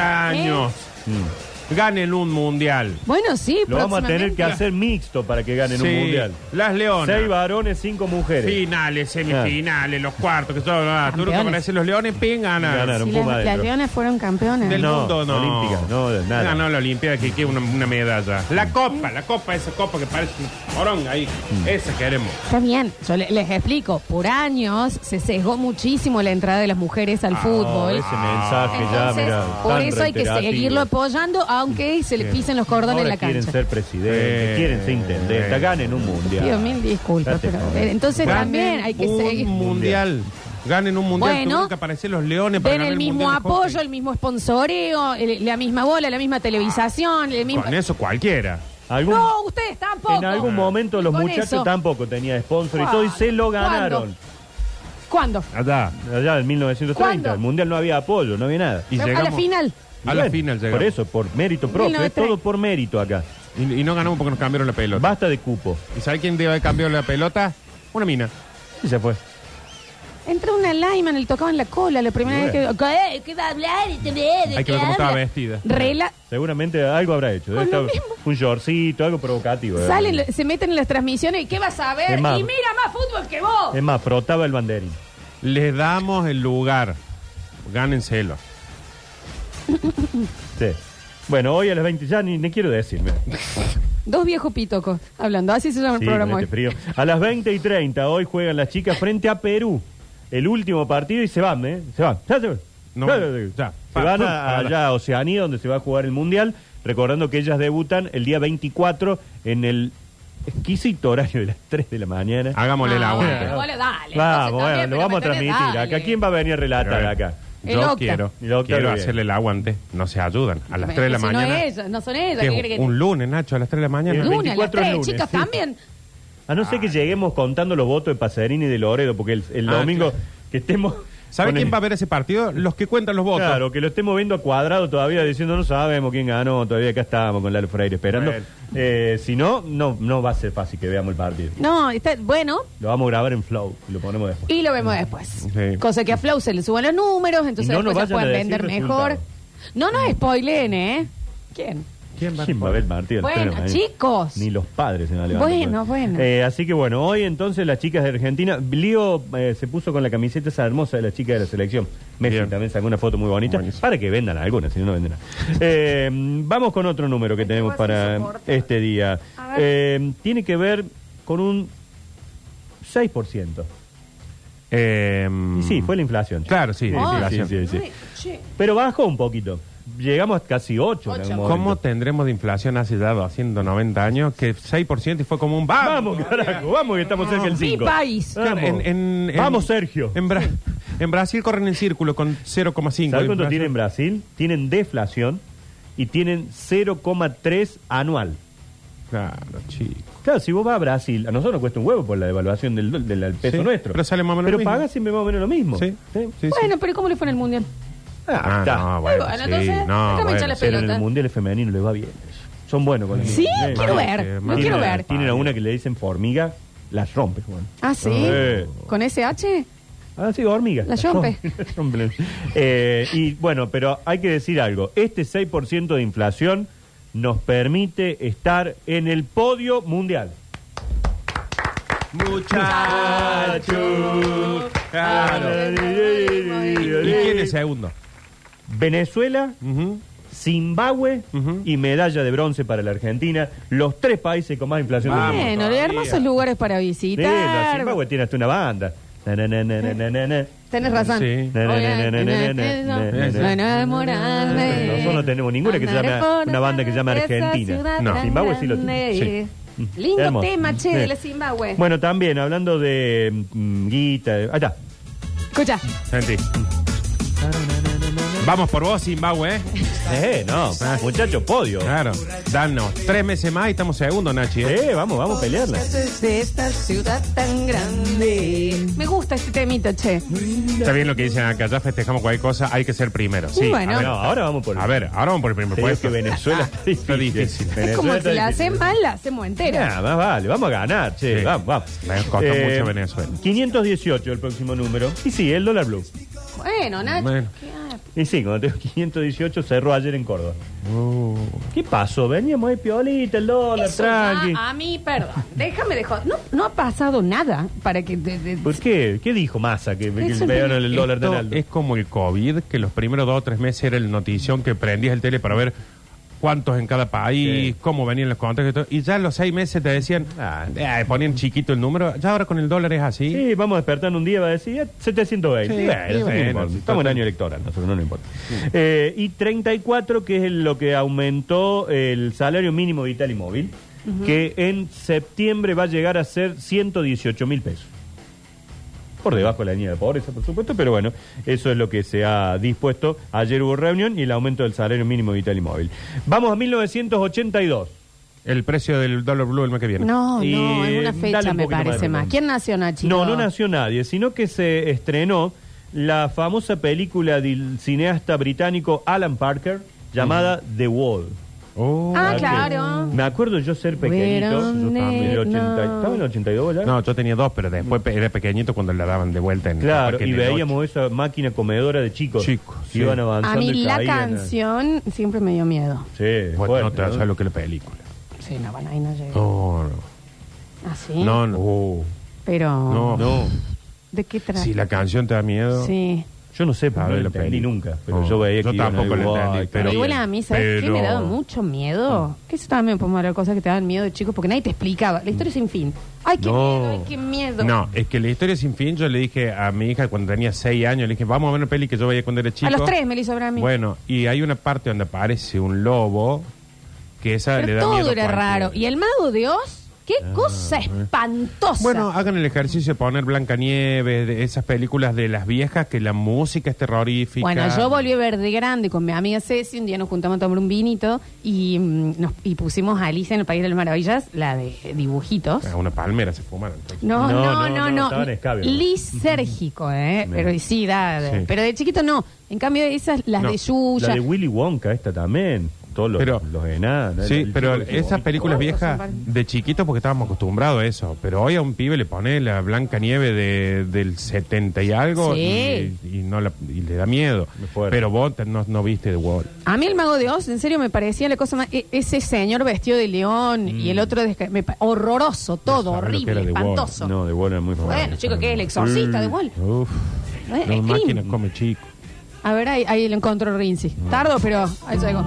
Speaker 1: ¿Eh?
Speaker 3: años.
Speaker 2: Mm.
Speaker 3: Ganen un mundial.
Speaker 1: Bueno, sí,
Speaker 2: Lo vamos a tener que
Speaker 1: próximamente.
Speaker 2: hacer mixto para que ganen
Speaker 3: Sí,
Speaker 2: un mundial.
Speaker 3: Las Leonas.
Speaker 2: Seis varones, cinco mujeres.
Speaker 3: Finales, semifinales, los cuartos, que todo. Ah, tú lo que
Speaker 1: Campeones.
Speaker 3: aparecen los leones, ping, ganan.
Speaker 2: Ganaron.
Speaker 1: Si
Speaker 2: Puma
Speaker 1: las, las
Speaker 2: adentro.
Speaker 1: leonas fueron campeonas.
Speaker 3: Del
Speaker 2: No,
Speaker 3: mundo, no.
Speaker 2: olímpica, no, de nada.
Speaker 3: Ganó la Olimpiada, que que una, una medalla.
Speaker 1: Mm.
Speaker 3: La copa, la copa, esa copa que parece un morón ahí. Esa queremos.
Speaker 1: Está bien, yo le- les explico. Por años se sesgó muchísimo la entrada de las mujeres al
Speaker 3: Ah,
Speaker 2: Oh,
Speaker 1: fútbol.
Speaker 2: ese mensaje ya,
Speaker 1: Entonces,
Speaker 2: mira,
Speaker 1: por
Speaker 2: tan
Speaker 1: eso hay que
Speaker 2: reiterativo.
Speaker 1: seguirlo apoyando, aunque se le pisen los cordones
Speaker 2: Ahora
Speaker 1: en la
Speaker 2: quieren
Speaker 1: cancha.
Speaker 2: ser presidente,
Speaker 3: Eh,
Speaker 2: quieren ser intendente,
Speaker 3: eh.
Speaker 2: ganen un mundial.
Speaker 1: Dios mío, disculpa,
Speaker 2: Date
Speaker 1: pero eh,
Speaker 2: joder.
Speaker 1: entonces
Speaker 3: Ganen
Speaker 1: también hay que
Speaker 3: un
Speaker 1: seguir.
Speaker 3: mundial. Ganen un mundial.
Speaker 1: Bueno,
Speaker 3: Tuvieron que aparecer los leones para
Speaker 1: Den
Speaker 3: ganar
Speaker 1: el mismo
Speaker 3: mundial de
Speaker 1: apoyo,
Speaker 3: hockey.
Speaker 1: el mismo sponsoreo, el- la misma bola, la misma televisación, el mismo...
Speaker 3: Con eso cualquiera.
Speaker 2: Algún-
Speaker 1: No, ustedes tampoco.
Speaker 2: en algún momento los
Speaker 1: Con
Speaker 2: muchachos
Speaker 1: eso.
Speaker 2: tampoco tenían sponsor y todo, y se lo
Speaker 1: ¿Cuándo?
Speaker 2: ganaron.
Speaker 1: ¿Cuándo?
Speaker 3: Allá.
Speaker 2: Allá en 1930,
Speaker 1: ¿Cuándo?
Speaker 2: el mundial no había apoyo, no había nada.
Speaker 3: Y
Speaker 1: A la
Speaker 3: llegamos-
Speaker 1: final.
Speaker 3: A la
Speaker 2: bueno,
Speaker 3: final llegamos.
Speaker 2: Por eso, por mérito propio, es
Speaker 1: 1930.
Speaker 2: todo por mérito acá.
Speaker 3: Y, y no ganamos porque nos cambiaron la pelota.
Speaker 2: Basta de cupo.
Speaker 3: ¿Y sabe quién debe haber cambiado la pelota? Una mina.
Speaker 2: Y se fue.
Speaker 1: Entra una Lyman, le tocaban la cola la primera
Speaker 2: Bueno.
Speaker 1: vez que... ¿Qué va a hablar? ¿Y te ve? ¿De
Speaker 3: Hay que ver
Speaker 1: qué
Speaker 3: cómo estaba
Speaker 1: habla?
Speaker 3: vestida.
Speaker 1: Rela...
Speaker 2: Seguramente algo habrá hecho. Debe
Speaker 1: Con lo
Speaker 2: estar
Speaker 1: mismo.
Speaker 2: un shortcito, algo provocativo. ¿eh?
Speaker 1: Salen, se meten en las transmisiones y ¿qué vas a ver?
Speaker 2: Es más-
Speaker 1: y mira más fútbol que vos.
Speaker 2: Es más, frotaba el banderín.
Speaker 3: Les damos el lugar. Gánenselo.
Speaker 2: Sí. Bueno, hoy a las 20, ya ni, ni quiero decirme.
Speaker 1: Dos viejos pitocos hablando. Así se llama el
Speaker 2: Sí, con
Speaker 1: programa
Speaker 2: este
Speaker 1: hoy.
Speaker 2: frío. A las 20 y 30 hoy juegan las chicas frente a Perú. El último partido y se van, ¿eh? Se van. Ya se van.
Speaker 3: No,
Speaker 2: Ya, ya, ya.
Speaker 3: ya.
Speaker 2: Se van a- allá a Oceanía, donde se va a jugar el Mundial. Recordando que ellas debutan el día 24 en el exquisito horario de las 3 de la mañana.
Speaker 3: Hagámosle el
Speaker 1: Ah,
Speaker 3: aguante.
Speaker 1: bueno, bueno, dale.
Speaker 2: vamos,
Speaker 1: Entonces,
Speaker 2: bueno,
Speaker 1: también,
Speaker 2: lo
Speaker 1: pero
Speaker 2: vamos a
Speaker 1: me tenés-
Speaker 2: transmitir.
Speaker 1: dale.
Speaker 2: Acá, ¿quién va a venir a relatar acá?
Speaker 1: El
Speaker 3: Yo
Speaker 1: octa.
Speaker 3: quiero,
Speaker 2: El octa
Speaker 3: quiero
Speaker 2: bien.
Speaker 3: hacerle el aguante. No se ayudan. A las 3 de la
Speaker 1: Si
Speaker 3: mañana.
Speaker 1: No, ellas, no son ellas.
Speaker 3: ¿Qué
Speaker 1: ¿qué
Speaker 3: es?
Speaker 1: creen que-
Speaker 3: un lunes, Nacho, a las 3 de la mañana.
Speaker 2: El
Speaker 1: Lunes, a las
Speaker 2: 24 es
Speaker 1: tres,
Speaker 2: lunes,
Speaker 1: chicas,
Speaker 2: sí.
Speaker 1: también.
Speaker 2: A no ser que lleguemos contando los votos de Pasarini y de Loredo, porque el, el
Speaker 3: Ah,
Speaker 2: domingo
Speaker 3: claro.
Speaker 2: que estemos.
Speaker 3: ¿Sabe
Speaker 2: con
Speaker 3: quién
Speaker 2: el-
Speaker 3: va a ver ese partido? Los que cuentan los votos.
Speaker 2: Claro, que lo estemos viendo a cuadrado todavía, diciendo no sabemos quién ganó, todavía acá estábamos con Lalo Freire esperando.
Speaker 3: Bueno.
Speaker 2: Eh, si no, no, no va a ser fácil que veamos el partido.
Speaker 1: No, está bueno.
Speaker 2: Lo vamos a grabar en Flow y lo ponemos después.
Speaker 1: Y lo vemos después.
Speaker 3: Sí.
Speaker 1: Cosa que a Flow se le suban los números, entonces
Speaker 2: Mm, Y no
Speaker 1: después
Speaker 2: nos
Speaker 1: se
Speaker 2: vayan a
Speaker 1: pueden
Speaker 2: decir Mm.
Speaker 1: vender
Speaker 2: resultado.
Speaker 1: mejor. No nos spoilen, ¿eh? ¿Quién?
Speaker 3: ¿Quién va a-
Speaker 2: ¿Quién va a ver el partido?
Speaker 1: Bueno,
Speaker 2: Espérame, ahí.
Speaker 1: chicos.
Speaker 2: Ni los padres se van a levantar.
Speaker 1: Bueno, bueno.
Speaker 2: Eh, así que bueno, hoy entonces las chicas de Argentina. Lío eh, se puso con la camiseta esa hermosa de la chica de la selección. Messi
Speaker 3: Bien.
Speaker 2: también sacó una foto muy bonita.
Speaker 3: Buenísimo.
Speaker 2: Para que vendan algunas, si no, no venden nada. Eh, vamos con otro número que tenemos para este día. Eh, tiene que ver con un 6%.
Speaker 3: Eh,
Speaker 2: Y sí, fue la inflación.
Speaker 3: Claro, sí,
Speaker 2: Sí,
Speaker 3: la
Speaker 2: sí,
Speaker 3: inflación.
Speaker 2: sí, sí, sí. Pero bajó un poquito. Llegamos a casi 8. en algún momento.
Speaker 3: ¿Cómo tendremos de inflación hace ya 290 años? Que 6% y fue como un
Speaker 2: Vamos,
Speaker 3: vamos.
Speaker 2: carajo, vamos que estamos cerca del
Speaker 1: Mi
Speaker 2: 5.
Speaker 1: país.
Speaker 2: Vamos,
Speaker 3: En- en- en-
Speaker 2: Vamos, Sergio.
Speaker 3: En, Bra- en Brasil corren en círculo con 0,5.
Speaker 2: ¿Sabes
Speaker 3: de
Speaker 2: cuánto
Speaker 3: inflación.
Speaker 2: tiene en Brasil? Tienen deflación y tienen 0,3 anual.
Speaker 3: Claro, chico.
Speaker 2: Claro, si vos vas a Brasil, a nosotros nos cuesta un huevo por la devaluación del, dol- del peso
Speaker 3: Sí,
Speaker 2: nuestro.
Speaker 3: pero sale más o menos
Speaker 2: Pero
Speaker 3: lo mismo.
Speaker 2: paga siempre más o menos lo mismo.
Speaker 3: Sí, sí, sí.
Speaker 1: Bueno, pero ¿cómo le fue en el mundial?
Speaker 2: Ah,
Speaker 3: Ah,
Speaker 2: está.
Speaker 3: no, bueno,
Speaker 1: Bueno,
Speaker 3: sí,
Speaker 1: entonces,
Speaker 3: no,
Speaker 1: déjame echarle
Speaker 3: bueno,
Speaker 2: Pero en
Speaker 1: pelota.
Speaker 2: el mundial femenino les va bien. Son buenos con el
Speaker 1: Sí,
Speaker 2: mundial.
Speaker 1: quiero
Speaker 3: sí,
Speaker 1: ver.
Speaker 3: sí,
Speaker 1: Lo
Speaker 3: más
Speaker 1: quiero
Speaker 3: o menos.
Speaker 1: ver.
Speaker 2: Tienen a una que le dicen formiga, las rompe, Juan.
Speaker 1: Ah, sí.
Speaker 2: Eh.
Speaker 1: ¿Con SH?
Speaker 2: Ah, sí, hormigas.
Speaker 1: La yompe.
Speaker 2: [LAUGHS] La yompe. Eh, y bueno, pero hay que decir algo. Este 6% de inflación nos permite estar en el podio mundial.
Speaker 3: Muchachos. ¿Y quién es segundo?
Speaker 2: Venezuela,
Speaker 3: Ujú.
Speaker 2: Zimbabue
Speaker 3: Ujú.
Speaker 2: y medalla de bronce para la Argentina, los tres países con más inflación del
Speaker 3: Vamos.
Speaker 2: mundo.
Speaker 1: Bueno,
Speaker 3: todavía.
Speaker 1: hermosos lugares para
Speaker 2: Sí, la
Speaker 1: visitar.
Speaker 2: Zimbabue tiene hasta una banda. Na, na, na, na, na, na, na, na.
Speaker 1: Tenés razón.
Speaker 3: Sí.
Speaker 2: Na, na, na, na, na, na, na, na, na,
Speaker 1: No
Speaker 2: na.
Speaker 1: enamorarme.
Speaker 2: Nosotros no tenemos ninguna que se llame-
Speaker 1: Andaré por
Speaker 2: una banda que se llame
Speaker 1: esa
Speaker 2: Argentina.
Speaker 1: ciudad
Speaker 3: No.
Speaker 1: tan
Speaker 2: Zimbabue sí lo tiene.
Speaker 1: grande.
Speaker 2: Sí. Mm,
Speaker 1: Lindo
Speaker 2: Hermoso.
Speaker 1: tema, che, de
Speaker 2: Sí.
Speaker 1: la Zimbabue.
Speaker 2: Bueno, también hablando de mm, guita. eh, Ahí está.
Speaker 1: Escucha,
Speaker 3: Sentí. Vamos por vos, Zimbabue, ¿eh?
Speaker 2: Eh, no, muchachos, podio.
Speaker 3: Claro. Danos tres meses más y estamos segundos, Nachi. ¿eh?
Speaker 2: Eh, vamos, vamos a pelearla.
Speaker 6: de esta ciudad tan grande.
Speaker 1: me gusta este temita, che.
Speaker 3: Está bien lo que dicen acá, ya festejamos cualquier cosa, hay que ser primero. Sí,
Speaker 1: Bueno.
Speaker 3: a, ver,
Speaker 2: No, ahora vamos por
Speaker 3: a ver, ahora vamos por el primer
Speaker 2: Te digo
Speaker 3: puesto.
Speaker 2: que Venezuela está
Speaker 3: [LAUGHS] Está difícil.
Speaker 2: difícil.
Speaker 3: Es
Speaker 1: Es como
Speaker 2: Venezuela
Speaker 1: si la
Speaker 2: está
Speaker 1: hacen
Speaker 2: difícil.
Speaker 1: mal, la hacemos entera.
Speaker 2: Nada, más vale, vamos a ganar, che,
Speaker 3: Sí.
Speaker 2: vamos, vamos.
Speaker 3: Me costó mucho Venezuela.
Speaker 2: 518 el próximo número. Y sí, el dólar blue.
Speaker 1: Bueno, Nacho.
Speaker 3: Bueno.
Speaker 2: Y sí, cuando tengo [LAUGHS] 518 cerró ayer en Córdoba.
Speaker 3: Uh.
Speaker 2: ¿Qué pasó? Veníamos ahí piolita, el dólar,
Speaker 1: Eso
Speaker 2: tranqui.
Speaker 1: ya a mí, perdón. Déjame de joder. No, no ha pasado nada para que. de- de-
Speaker 2: ¿Por qué? ¿Qué dijo Massa que, que
Speaker 1: Eso
Speaker 2: le pegaron el dólar tan
Speaker 3: Esto
Speaker 2: alto?
Speaker 3: es como el COVID, que los primeros dos o tres meses era el notición que prendías el tele para ver cuántos en cada país,
Speaker 2: Sí.
Speaker 3: cómo venían los contagios y todo. Y ya a los seis meses te decían, ah, eh, ponían chiquito el número. Ya ahora con el dólar es así.
Speaker 2: Sí, vamos a despertar un día, va a decir "Eh, 720.
Speaker 3: Sí,
Speaker 2: Eh,
Speaker 3: sí,
Speaker 2: no
Speaker 3: bueno,
Speaker 2: importa. Estamos
Speaker 3: sí,
Speaker 2: en
Speaker 3: total.
Speaker 2: año electoral, nosotros no nos importa. Eh, y 34, que es lo que aumentó el salario mínimo vital y móvil, que en septiembre va a llegar a ser 118 mil pesos. Por debajo de la línea de pobreza, por supuesto, pero bueno, eso es lo que se ha dispuesto. Ayer hubo reunión y el aumento del salario mínimo vital y móvil. Vamos a 1982.
Speaker 3: El precio del dólar blue el mes que viene.
Speaker 1: No,
Speaker 2: Y,
Speaker 1: no, es
Speaker 2: eh,
Speaker 1: una fecha,
Speaker 2: dale un
Speaker 1: me
Speaker 2: poquito
Speaker 1: parece
Speaker 2: más.
Speaker 1: más. ¿Quién nació, Nachi?
Speaker 2: No, no nació nadie, sino que se estrenó la famosa película del cineasta británico Alan Parker llamada The Wall.
Speaker 3: Oh.
Speaker 1: Ah,
Speaker 2: Aquel.
Speaker 1: claro.
Speaker 2: Me acuerdo yo ser pequeñito.
Speaker 1: Where
Speaker 2: Yo
Speaker 1: on
Speaker 2: estaba en el
Speaker 1: it
Speaker 2: 80
Speaker 1: now?
Speaker 2: ¿Estaba en el 82 ya?
Speaker 3: No, yo tenía dos, pero después pe- era pequeñito cuando la daban de vuelta en
Speaker 2: Claro,
Speaker 3: capaz que
Speaker 2: y
Speaker 3: en el
Speaker 2: veíamos esa máquina comedora de chicos.
Speaker 3: Chicos,
Speaker 2: que
Speaker 3: sí.
Speaker 2: Iban avanzando
Speaker 1: A mí
Speaker 2: y
Speaker 1: la
Speaker 2: caían.
Speaker 1: canción siempre me dio miedo.
Speaker 2: Sí,
Speaker 3: ocho. Bueno,
Speaker 2: bueno,
Speaker 3: no te sabes lo que es la película.
Speaker 1: Sí, no, bueno, ahí no llegué.
Speaker 3: No, no.
Speaker 1: Así.
Speaker 3: Oh, No, no.
Speaker 1: Pero,
Speaker 3: No.
Speaker 2: No,
Speaker 1: ¿de qué trata?
Speaker 3: Si la canción te da miedo.
Speaker 1: Sí.
Speaker 2: yo no sé,
Speaker 3: A
Speaker 2: pero no
Speaker 3: ver
Speaker 2: la
Speaker 3: la
Speaker 2: entendí
Speaker 3: peli.
Speaker 2: nunca. Pero
Speaker 3: No,
Speaker 2: yo veía
Speaker 3: yo
Speaker 2: que iban
Speaker 3: tampoco
Speaker 2: ahí,
Speaker 3: la
Speaker 2: "Guay,
Speaker 3: entendí,
Speaker 2: qué
Speaker 3: pero-
Speaker 1: Pero
Speaker 2: bien".
Speaker 1: igual a mí, ¿sabes qué
Speaker 3: pero-
Speaker 1: me ha dado mucho miedo? Que eso también podemos hablar cosas que te dan miedo de chicos porque nadie te explicaba. La historia sin fin. Ay, qué
Speaker 3: No.
Speaker 1: miedo, ay, qué miedo.
Speaker 3: No, es que la historia sin fin, yo le dije a mi hija cuando tenía 6 años, le dije, vamos a ver una peli que yo veía cuando era chico.
Speaker 1: A los tres me lo hizo ver a mí.
Speaker 3: Bueno, y hay una parte donde aparece un lobo que esa le
Speaker 1: Pero
Speaker 3: da miedo
Speaker 1: todo
Speaker 3: a
Speaker 1: era
Speaker 3: cualquiera.
Speaker 1: raro. ¿Y el mago de Oz? ¡Qué cosa espantosa!
Speaker 3: Bueno, hagan el ejercicio de poner Blancanieves, de esas películas de las viejas que la música es terrorífica.
Speaker 1: Bueno, yo volví a ver de grande con mi amiga Ceci, un día nos juntamos a tomar un vinito y, mm, nos, y pusimos a Alicia en el País de las Maravillas, la de dibujitos.
Speaker 3: Ah, Una palmera se fumaron. entonces.
Speaker 1: No,
Speaker 2: No,
Speaker 1: no,
Speaker 2: no,
Speaker 1: no,
Speaker 2: no,
Speaker 1: no.
Speaker 2: estaban escabios.
Speaker 1: Lisérgico, ¿eh?
Speaker 2: Bien.
Speaker 1: Pero sí, da- de-
Speaker 3: Sí.
Speaker 1: Pero de chiquito no. En cambio, esas, las
Speaker 3: No,
Speaker 1: de Yuya.
Speaker 2: La de Willy Wonka, esta también. Todos los,
Speaker 3: Pero-
Speaker 2: los enanos. el-
Speaker 3: Sí,
Speaker 2: el
Speaker 3: pero
Speaker 2: chico que se
Speaker 3: esas
Speaker 2: vomita.
Speaker 3: películas
Speaker 1: ¿Cuántos
Speaker 3: viejas
Speaker 1: son varios?
Speaker 3: de chiquitos porque estábamos acostumbrados a eso. Pero hoy a un pibe le pone la blanca nieve de- del 70 y algo
Speaker 1: Sí.
Speaker 3: y, y no la- y le da miedo.
Speaker 2: Muy fuerte.
Speaker 3: Pero vos te- no, no viste The Wall.
Speaker 1: A mí el mago de Oz, en serio, me parecía la cosa más... e- Ese señor vestido de león y el otro... de- me pa- horroroso, todo,
Speaker 3: No sabe lo que era
Speaker 1: horrible,
Speaker 3: de Wall.
Speaker 1: espantoso.
Speaker 2: No, de Wall es muy famoso.
Speaker 1: Bueno, chicos, ¿qué es el exorcista de Wall?
Speaker 3: Uf,
Speaker 1: No, es
Speaker 3: las
Speaker 1: Scream.
Speaker 3: máquinas come chico.
Speaker 1: A ver, ahí, ahí lo encontró Rinzi. Tardo, pero ahí llegó.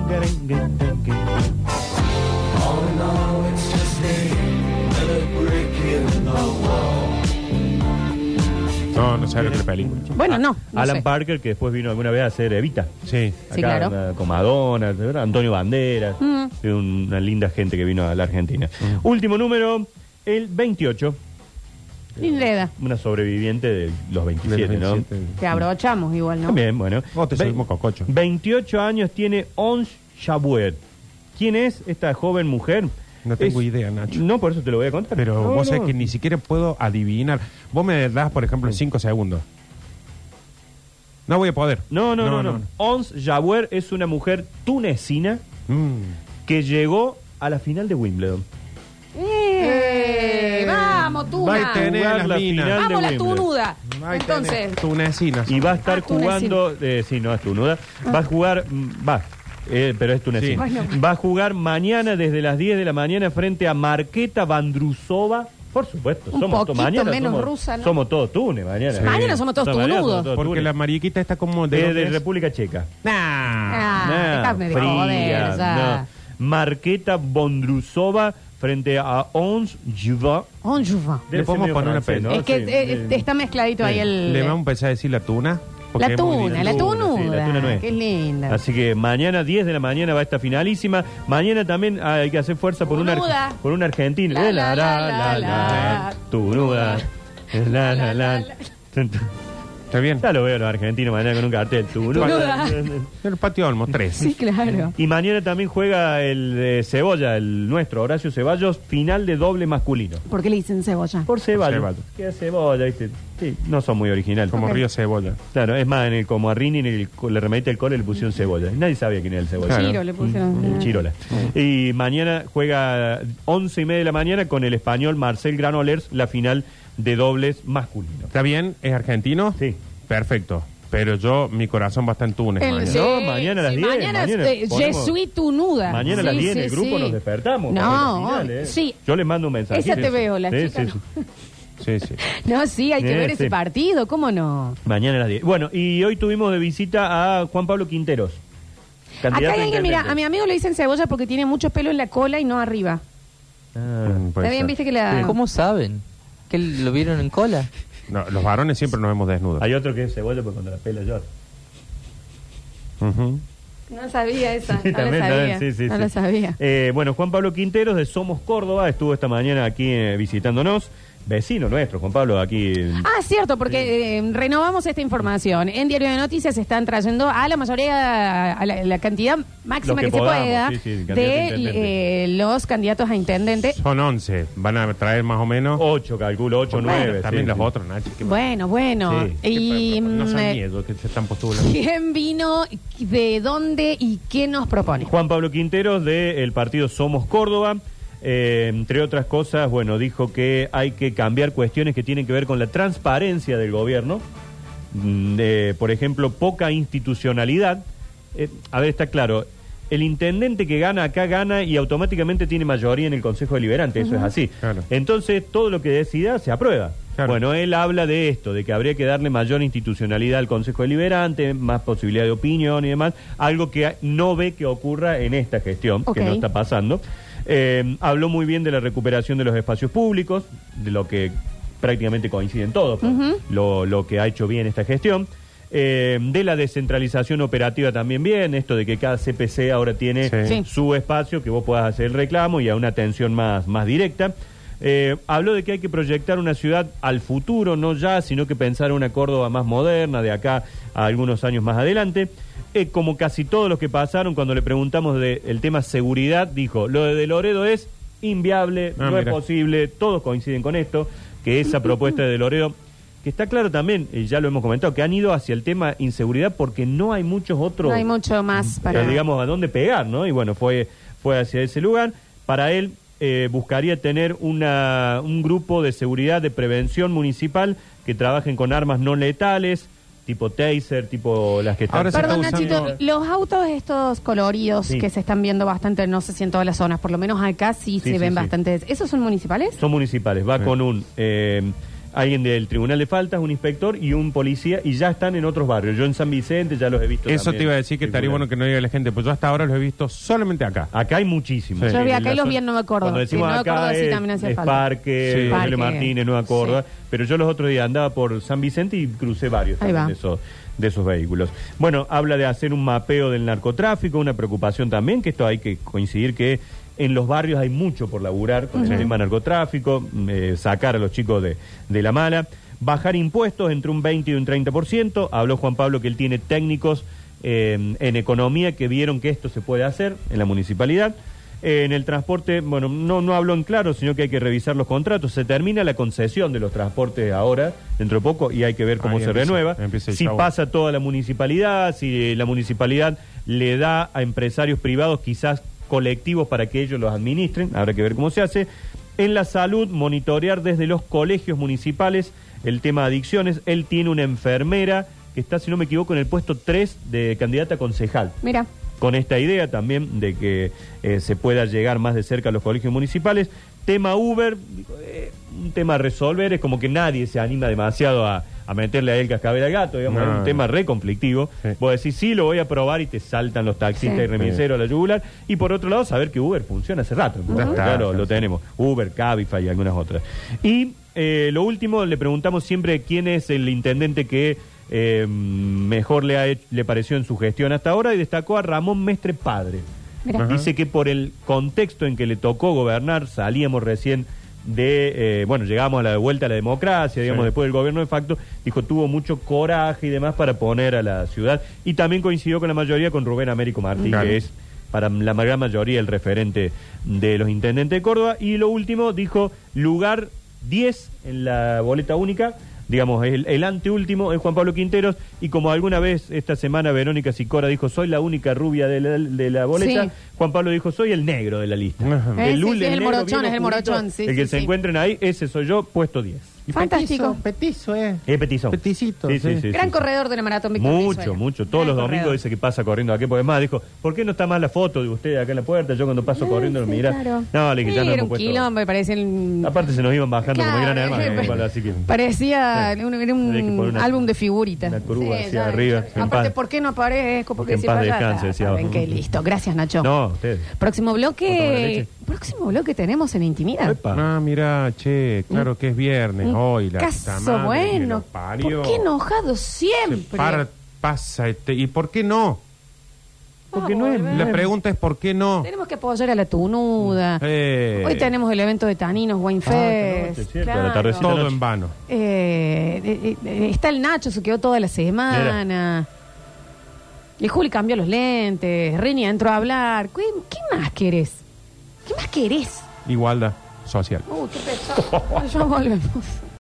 Speaker 3: No, no sabes lo que es la película.
Speaker 1: Bueno, no. no
Speaker 2: Ah, Alan
Speaker 1: sé.
Speaker 2: Parker, que después vino alguna vez a hacer Evita.
Speaker 3: Sí.
Speaker 1: Sí,
Speaker 2: Acá,
Speaker 1: claro. Mm.
Speaker 2: eh, Con Madonna, ¿verdad? Antonio Banderas. Y un- Una linda gente que vino a la Argentina.
Speaker 3: Mm.
Speaker 2: Último número, el 28.
Speaker 1: Linda edad.
Speaker 2: Una sobreviviente de los 27,
Speaker 3: Del
Speaker 2: ¿no?
Speaker 3: 27.
Speaker 1: Te abrochamos igual, ¿no?
Speaker 2: También, bueno.
Speaker 3: Vos te
Speaker 2: Ve-
Speaker 3: subimos cococho.
Speaker 2: 28 años tiene Ons Chabuet. ¿Quién es esta joven mujer?
Speaker 3: No tengo idea, Nacho.
Speaker 2: No, por eso te lo voy a contar.
Speaker 3: Pero
Speaker 2: No,
Speaker 3: vos sabés
Speaker 2: no.
Speaker 3: que ni siquiera puedo adivinar. Vos me das, por ejemplo, 5 segundos. No voy a poder.
Speaker 2: No, no, no, no. Ons Jaber es una mujer tunecina
Speaker 3: Mm.
Speaker 2: que llegó a la final de Wimbledon.
Speaker 1: ¡Eh! ¡Vamos, Tuna!
Speaker 3: Va a tener
Speaker 2: Jugar
Speaker 3: las
Speaker 2: la
Speaker 3: minas.
Speaker 2: final
Speaker 1: ¡Vamos,
Speaker 2: de
Speaker 1: la
Speaker 2: Wimbledon.
Speaker 1: tunuda!
Speaker 3: Ahí
Speaker 1: Entonces,
Speaker 3: tenés. Tunecinas.
Speaker 2: Y va a estar
Speaker 1: Ah, tunecina.
Speaker 2: jugando, eh, sí, no es tunuda, va a jugar, mm, va, Eh, pero es tunecino.
Speaker 3: Sí.
Speaker 1: Bueno.
Speaker 2: Va a jugar mañana desde las 10 de la mañana frente a Marqueta Vandrusova. Por supuesto,
Speaker 1: Un
Speaker 2: somos todos
Speaker 1: poquito
Speaker 2: mañana.
Speaker 1: menos
Speaker 2: somos,
Speaker 1: rusa, ¿no?
Speaker 2: somos todos tunes mañana.
Speaker 3: Sí. Mañana
Speaker 1: somos todos
Speaker 2: mañana
Speaker 1: tunudos.
Speaker 2: somos todos
Speaker 3: Porque
Speaker 2: tunes.
Speaker 3: la mariquita está como de...
Speaker 2: de,
Speaker 3: dónde
Speaker 2: de
Speaker 3: es?
Speaker 2: República Checa.
Speaker 1: Ah,
Speaker 2: Nah,
Speaker 1: dejadme de joder, ya.
Speaker 2: no. Marqueta Bondrusova frente a Ons Juva.
Speaker 1: Bonjour.
Speaker 3: Le podemos poner una pena.
Speaker 1: Oh, es que eh, está mezcladito ahí el...
Speaker 3: Le vamos a empezar a decir la tuna. porque
Speaker 1: La
Speaker 3: es muy
Speaker 1: tuna,
Speaker 3: difícil.
Speaker 1: la
Speaker 2: Tuna, sí,
Speaker 1: tunuda.
Speaker 2: la tuna no es.
Speaker 1: Qué linda.
Speaker 2: Así que mañana 10 de la mañana va esta finalísima. Mañana también hay que hacer fuerza por una
Speaker 1: Boluda.
Speaker 2: por un argentino. Eh,
Speaker 1: La, la, la, la, la.
Speaker 2: Turuda. La, la, la.
Speaker 3: Está bien.
Speaker 2: Ya lo veo a los argentinos mañana con un cartel. Turuda.
Speaker 3: El patio Olmos, tres.
Speaker 1: Sí, claro.
Speaker 2: Y mañana también juega el eh, Cebolla, el nuestro Horacio Ceballos, final de doble masculino.
Speaker 1: ¿Por qué le dicen cebolla?
Speaker 2: Por Ceballos.
Speaker 3: Ceballos.
Speaker 2: ¿Qué es Cebolla? ¿viste? Sí, no son muy originales.
Speaker 3: Como Río Cebolla.
Speaker 2: Claro, es más, en el, como a Rini en el, co- le remediste el cole le pusieron Cebolla. Y Nadie sabía quién era el Cebolla.
Speaker 3: Claro.
Speaker 1: Chiro le pusieron.
Speaker 2: El Chirola. Y mañana juega 11 y media de la mañana con el español Marcel Granolers la final de dobles masculino.
Speaker 3: ¿Está bien? ¿Es argentino?
Speaker 2: Sí.
Speaker 3: Perfecto. Pero yo, mi corazón va a estar en Túnez.
Speaker 1: El-
Speaker 3: mañana.
Speaker 1: sí,
Speaker 2: No, mañana a las
Speaker 1: sí,
Speaker 2: 10,
Speaker 1: Mañana,
Speaker 2: mañana
Speaker 1: eh,
Speaker 2: ponemos-
Speaker 1: Jesuit Tunuda.
Speaker 2: Mañana a las 10 en el grupo nos despertamos. para
Speaker 1: No,
Speaker 2: la final, ¿eh?
Speaker 1: sí.
Speaker 2: Yo les mando un mensaje.
Speaker 1: Esa te
Speaker 2: Sí,
Speaker 1: veo,
Speaker 2: sí.
Speaker 1: la
Speaker 2: Sí,
Speaker 1: chica,
Speaker 2: sí, sí.
Speaker 3: Sí, sí.
Speaker 1: No, sí, hay que
Speaker 2: Eh,
Speaker 1: ver
Speaker 2: sí.
Speaker 1: ese partido, ¿cómo no?
Speaker 2: Mañana a las 10. Bueno, y hoy tuvimos de visita a Juan Pablo Quinteros.
Speaker 1: Acá
Speaker 2: candidato
Speaker 1: hay alguien, mira,
Speaker 2: intendente.
Speaker 1: a mi amigo le dicen cebolla porque tiene mucho pelo en la cola y no arriba.
Speaker 2: Ah,
Speaker 3: Mm, puede
Speaker 1: Está bien,
Speaker 3: ser.
Speaker 1: viste que la...
Speaker 4: ¿Cómo saben? ¿Que lo vieron en cola?
Speaker 3: No, los varones siempre nos vemos desnudos.
Speaker 2: Hay otro que es cebolla porque cuando la pela yo.
Speaker 3: Ujú.
Speaker 1: No sabía
Speaker 2: [LAUGHS]
Speaker 1: esa,
Speaker 2: Sí,
Speaker 1: no
Speaker 2: también,
Speaker 1: la
Speaker 2: también,
Speaker 1: sabía.
Speaker 2: sí, sí,
Speaker 1: no
Speaker 2: sí.
Speaker 1: la sabía.
Speaker 2: Eh, bueno, Juan Pablo Quinteros de Somos Córdoba estuvo esta mañana aquí eh, visitándonos. Vecino nuestro, Juan Pablo, aquí. en-
Speaker 1: Ah, cierto, porque eh, renovamos esta información. En Diario de Noticias están trayendo a la mayoría, a la, la cantidad máxima
Speaker 2: Lo
Speaker 1: que,
Speaker 2: que
Speaker 1: se
Speaker 2: podamos,
Speaker 1: pueda
Speaker 2: sí, sí, candidato a
Speaker 1: de
Speaker 2: intendente.
Speaker 1: eh, los candidatos a intendente.
Speaker 3: Son 11. Van a traer más o
Speaker 1: Ah.
Speaker 3: menos.
Speaker 2: Ocho, calculo, ocho,
Speaker 3: Bueno,
Speaker 2: nueve.
Speaker 3: También
Speaker 2: sí,
Speaker 3: los
Speaker 2: sí.
Speaker 3: otros, Nacho. qué-
Speaker 1: Bueno, bueno.
Speaker 2: Sí,
Speaker 3: qué-
Speaker 1: y
Speaker 3: no
Speaker 1: mm,
Speaker 3: son
Speaker 1: eh,
Speaker 3: miedos que se están postulando.
Speaker 1: ¿quién vino, de dónde y qué nos propone?
Speaker 2: Juan Pablo Quinteros del partido Somos Córdoba. Eh, entre otras cosas, bueno, dijo que hay que cambiar cuestiones que tienen que ver con la transparencia del gobierno. Mm, de, por ejemplo, poca institucionalidad. Eh, a ver, está claro. El intendente que gana acá gana y automáticamente tiene mayoría en el Consejo Deliberante, eso es así.
Speaker 3: Claro.
Speaker 2: Entonces, todo lo que decida se aprueba.
Speaker 3: Claro.
Speaker 2: Bueno, él habla de esto, de que habría que darle mayor institucionalidad al Consejo Deliberante, más posibilidad de opinión y demás, algo que no ve que ocurra en esta gestión,
Speaker 1: Ok.
Speaker 2: que no está pasando. Eh, habló muy bien de la recuperación de los espacios públicos, de lo que prácticamente coinciden todos, pues, lo, lo que ha hecho bien esta gestión. Eh, de la descentralización operativa también bien, esto de que cada CPC ahora tiene
Speaker 3: Sí.
Speaker 1: Sí.
Speaker 2: su espacio, que vos puedas hacer el reclamo y a una atención más, más directa. Eh, habló de que hay que proyectar una ciudad al futuro, no ya, sino que pensar una Córdoba más moderna, de acá a algunos años más adelante. Eh, como casi todos los que pasaron, cuando le preguntamos del tema seguridad, dijo, lo de Loredo es inviable,
Speaker 3: Ah,
Speaker 2: no es
Speaker 3: mira.
Speaker 2: posible, todos coinciden con esto, que esa propuesta de Loredo, que está claro también, eh, ya lo hemos comentado, que han ido hacia el tema inseguridad porque no hay muchos otros...
Speaker 1: No hay mucho más para...
Speaker 2: Eh, digamos, a dónde pegar, ¿no? Y bueno, fue, fue hacia ese lugar. Para él eh, buscaría tener una, un grupo de seguridad de prevención municipal que trabajen con armas no letales, tipo taser, tipo las que están...
Speaker 3: Ahora se
Speaker 1: Perdón,
Speaker 3: está
Speaker 1: Nachito,
Speaker 3: usando-
Speaker 1: los autos estos coloridos
Speaker 2: Sí.
Speaker 1: que se están viendo bastante, no sé si en todas las zonas, por lo menos acá sí,
Speaker 2: Sí,
Speaker 1: se
Speaker 2: sí,
Speaker 1: ven
Speaker 2: sí.
Speaker 1: bastantes. ¿Esos son municipales?
Speaker 2: Son municipales, va con un... eh, Alguien del Tribunal de Faltas, un inspector y un policía, y ya están en otros barrios. Yo en San Vicente ya los he visto.
Speaker 3: Eso
Speaker 2: también.
Speaker 3: te iba a decir que estaría bueno que no diga la gente, pues yo hasta ahora los he visto solamente acá.
Speaker 2: Acá hay muchísimos.
Speaker 3: Sí.
Speaker 1: Yo vi
Speaker 2: En
Speaker 1: acá y
Speaker 2: la
Speaker 1: los
Speaker 2: zona-
Speaker 1: vi en Nueva Córdoba.
Speaker 2: Cuando decimos
Speaker 1: Sí, Nueva
Speaker 2: acá
Speaker 1: Córdoba sí
Speaker 2: es,
Speaker 1: también hace
Speaker 2: es
Speaker 1: falta.
Speaker 2: Parque, Rogelio
Speaker 3: Sí.
Speaker 1: Parque.
Speaker 2: Martínez, Nueva Córdoba.
Speaker 1: Sí.
Speaker 2: Pero yo los otros días andaba por San Vicente y crucé varios
Speaker 1: Ahí
Speaker 2: también
Speaker 1: va.
Speaker 2: de, esos, de esos vehículos. Bueno, habla de hacer un mapeo del narcotráfico, una preocupación también, que esto hay que coincidir que en los barrios hay mucho por laburar con el tema narcotráfico, mm, eh, sacar a los chicos de, de la mala, bajar impuestos entre un 20 y un 30%. Habló Juan Pablo que él tiene técnicos eh, en economía que vieron que esto se puede hacer en la municipalidad. Eh, en el transporte, bueno, no, no habló en claro, sino que hay que revisar los contratos. Se termina la concesión de los transportes ahora, dentro de poco, y hay que ver cómo
Speaker 3: Ahí
Speaker 2: se
Speaker 3: empieza-
Speaker 2: renueva.
Speaker 3: empieza el
Speaker 2: Si
Speaker 3: chavo.
Speaker 2: pasa toda la municipalidad, si eh, la municipalidad le da a empresarios privados, quizás colectivos, para que ellos los administren, habrá que ver cómo se hace. En la salud, monitorear desde los colegios municipales el tema de adicciones. Él tiene una enfermera que está, si no me equivoco, en el puesto 3 de candidata a concejal.
Speaker 1: Mira,
Speaker 2: con esta idea también de que eh, se pueda llegar más de cerca a los colegios municipales. Tema Uber, eh, un tema a resolver, es como que nadie se anima demasiado a, a meterle a el cascabel al gato, digamos,
Speaker 3: No.
Speaker 2: es un tema re conflictivo.
Speaker 3: Sí.
Speaker 2: Vos decís, sí, lo voy a probar y te saltan los taxistas
Speaker 1: Sí.
Speaker 2: y remiseros a la yugular. Y por otro lado, saber que Uber funciona hace rato.
Speaker 3: Ya está,
Speaker 2: Claro,
Speaker 3: ya
Speaker 2: lo
Speaker 3: está.
Speaker 2: tenemos. Uber, Cabify y algunas otras. Y eh, lo último, le preguntamos siempre quién es el intendente que eh, mejor le, ha hecho- le pareció en su gestión hasta ahora y destacó a Ramón Mestre Padre.
Speaker 1: Mira.
Speaker 3: Ajá.
Speaker 2: Dice que por el contexto en que le tocó gobernar, salíamos recién de, eh, bueno, llegamos a la vuelta a la democracia, digamos,
Speaker 3: Sí.
Speaker 2: después del gobierno de facto, dijo, tuvo mucho coraje y demás para poner a la ciudad. Y también coincidió con la mayoría con Rubén Américo Martí,
Speaker 3: Claro.
Speaker 2: que es para la gran mayoría el referente de los intendentes de Córdoba. Y lo último, dijo, lugar 10 en la boleta única. Digamos, el, el anteúltimo es Juan Pablo Quinteros. Y como alguna vez esta semana Verónica Sicora dijo, soy la única rubia de la, de la boleta,
Speaker 1: Sí.
Speaker 2: Juan Pablo dijo, soy el negro de la lista.
Speaker 3: Ajá.
Speaker 1: Eh, sí,
Speaker 2: ul-
Speaker 1: sí, es el
Speaker 2: negro
Speaker 1: morochón,
Speaker 2: bien
Speaker 1: es el
Speaker 2: oscurito,
Speaker 1: morochón, sí,
Speaker 2: El que
Speaker 1: sí,
Speaker 2: se
Speaker 1: sí.
Speaker 2: encuentren ahí, ese soy yo, puesto 10.
Speaker 1: Fantástico.
Speaker 4: Petizo, eh.
Speaker 2: Es petizón.
Speaker 4: Peticito,
Speaker 2: Sí, sí,
Speaker 4: sí.
Speaker 2: sí,
Speaker 1: Gran
Speaker 2: sí.
Speaker 1: corredor de la maratón Víctor
Speaker 2: Mucho,
Speaker 1: Brizuela.
Speaker 2: mucho. Todos
Speaker 1: Gran
Speaker 2: los domingos
Speaker 1: corredor.
Speaker 2: dice que pasa corriendo aquí, porque más dijo, ¿por qué no está más la foto de usted acá en la puerta? Yo cuando paso corriendo lo
Speaker 1: Sí,
Speaker 2: mira.
Speaker 1: claro.
Speaker 2: No, le que ya
Speaker 1: Sí,
Speaker 2: no
Speaker 1: era
Speaker 2: hemos
Speaker 1: un
Speaker 2: puesto.
Speaker 1: quilombo, me parece el...
Speaker 2: Aparte se nos iban bajando como
Speaker 1: Claro,
Speaker 2: gran hermano,
Speaker 1: sí, [LAUGHS]
Speaker 2: Juan Pablo, así que-
Speaker 1: Parecía
Speaker 2: Sí.
Speaker 1: un, era
Speaker 2: Había que
Speaker 1: un
Speaker 2: poner una-
Speaker 1: álbum de figuritas.
Speaker 2: una curva hacia
Speaker 1: ya,
Speaker 2: arriba,
Speaker 1: ya.
Speaker 2: en
Speaker 1: Aparte,
Speaker 2: paz.
Speaker 1: ¿por qué no aparezco? Porque
Speaker 2: Porque en
Speaker 1: se
Speaker 2: paz
Speaker 1: va a-
Speaker 2: descanse, decía.
Speaker 1: Saben que listo. Gracias, Nacho.
Speaker 2: No, ustedes.
Speaker 1: Próximo
Speaker 2: Otro con la
Speaker 1: bloque.
Speaker 2: leche.
Speaker 1: Próximo bloque tenemos en Intimidad.
Speaker 2: Epa.
Speaker 3: Ah, mira, che, claro que es viernes
Speaker 1: Un
Speaker 3: hoy. La puta
Speaker 1: Mm, caso
Speaker 3: madre que
Speaker 1: bueno.
Speaker 3: lo parió.
Speaker 1: ¿Por qué enojado
Speaker 3: Se
Speaker 1: siempre?
Speaker 3: para- pasa este. ¿Y por qué no?
Speaker 2: Porque no es
Speaker 3: La pregunta es ¿por qué no?
Speaker 1: Tenemos que apoyar a la tunuda.
Speaker 3: Eh. Ah,
Speaker 1: Hoy tenemos el evento de Taninos Wine
Speaker 2: esta
Speaker 1: Fest.
Speaker 2: noche, cierto, a la tardecita.
Speaker 3: Todo en vano.
Speaker 1: Eh, eh, eh, está el Nacho, se quedó toda la semana. El Juli cambió los lentes. Rini entró a hablar. ¿Qué, qué más querés? ¿Qué más querés?
Speaker 3: Igualdad social.
Speaker 1: Uh, qué pesado. [LAUGHS] Ya volvemos.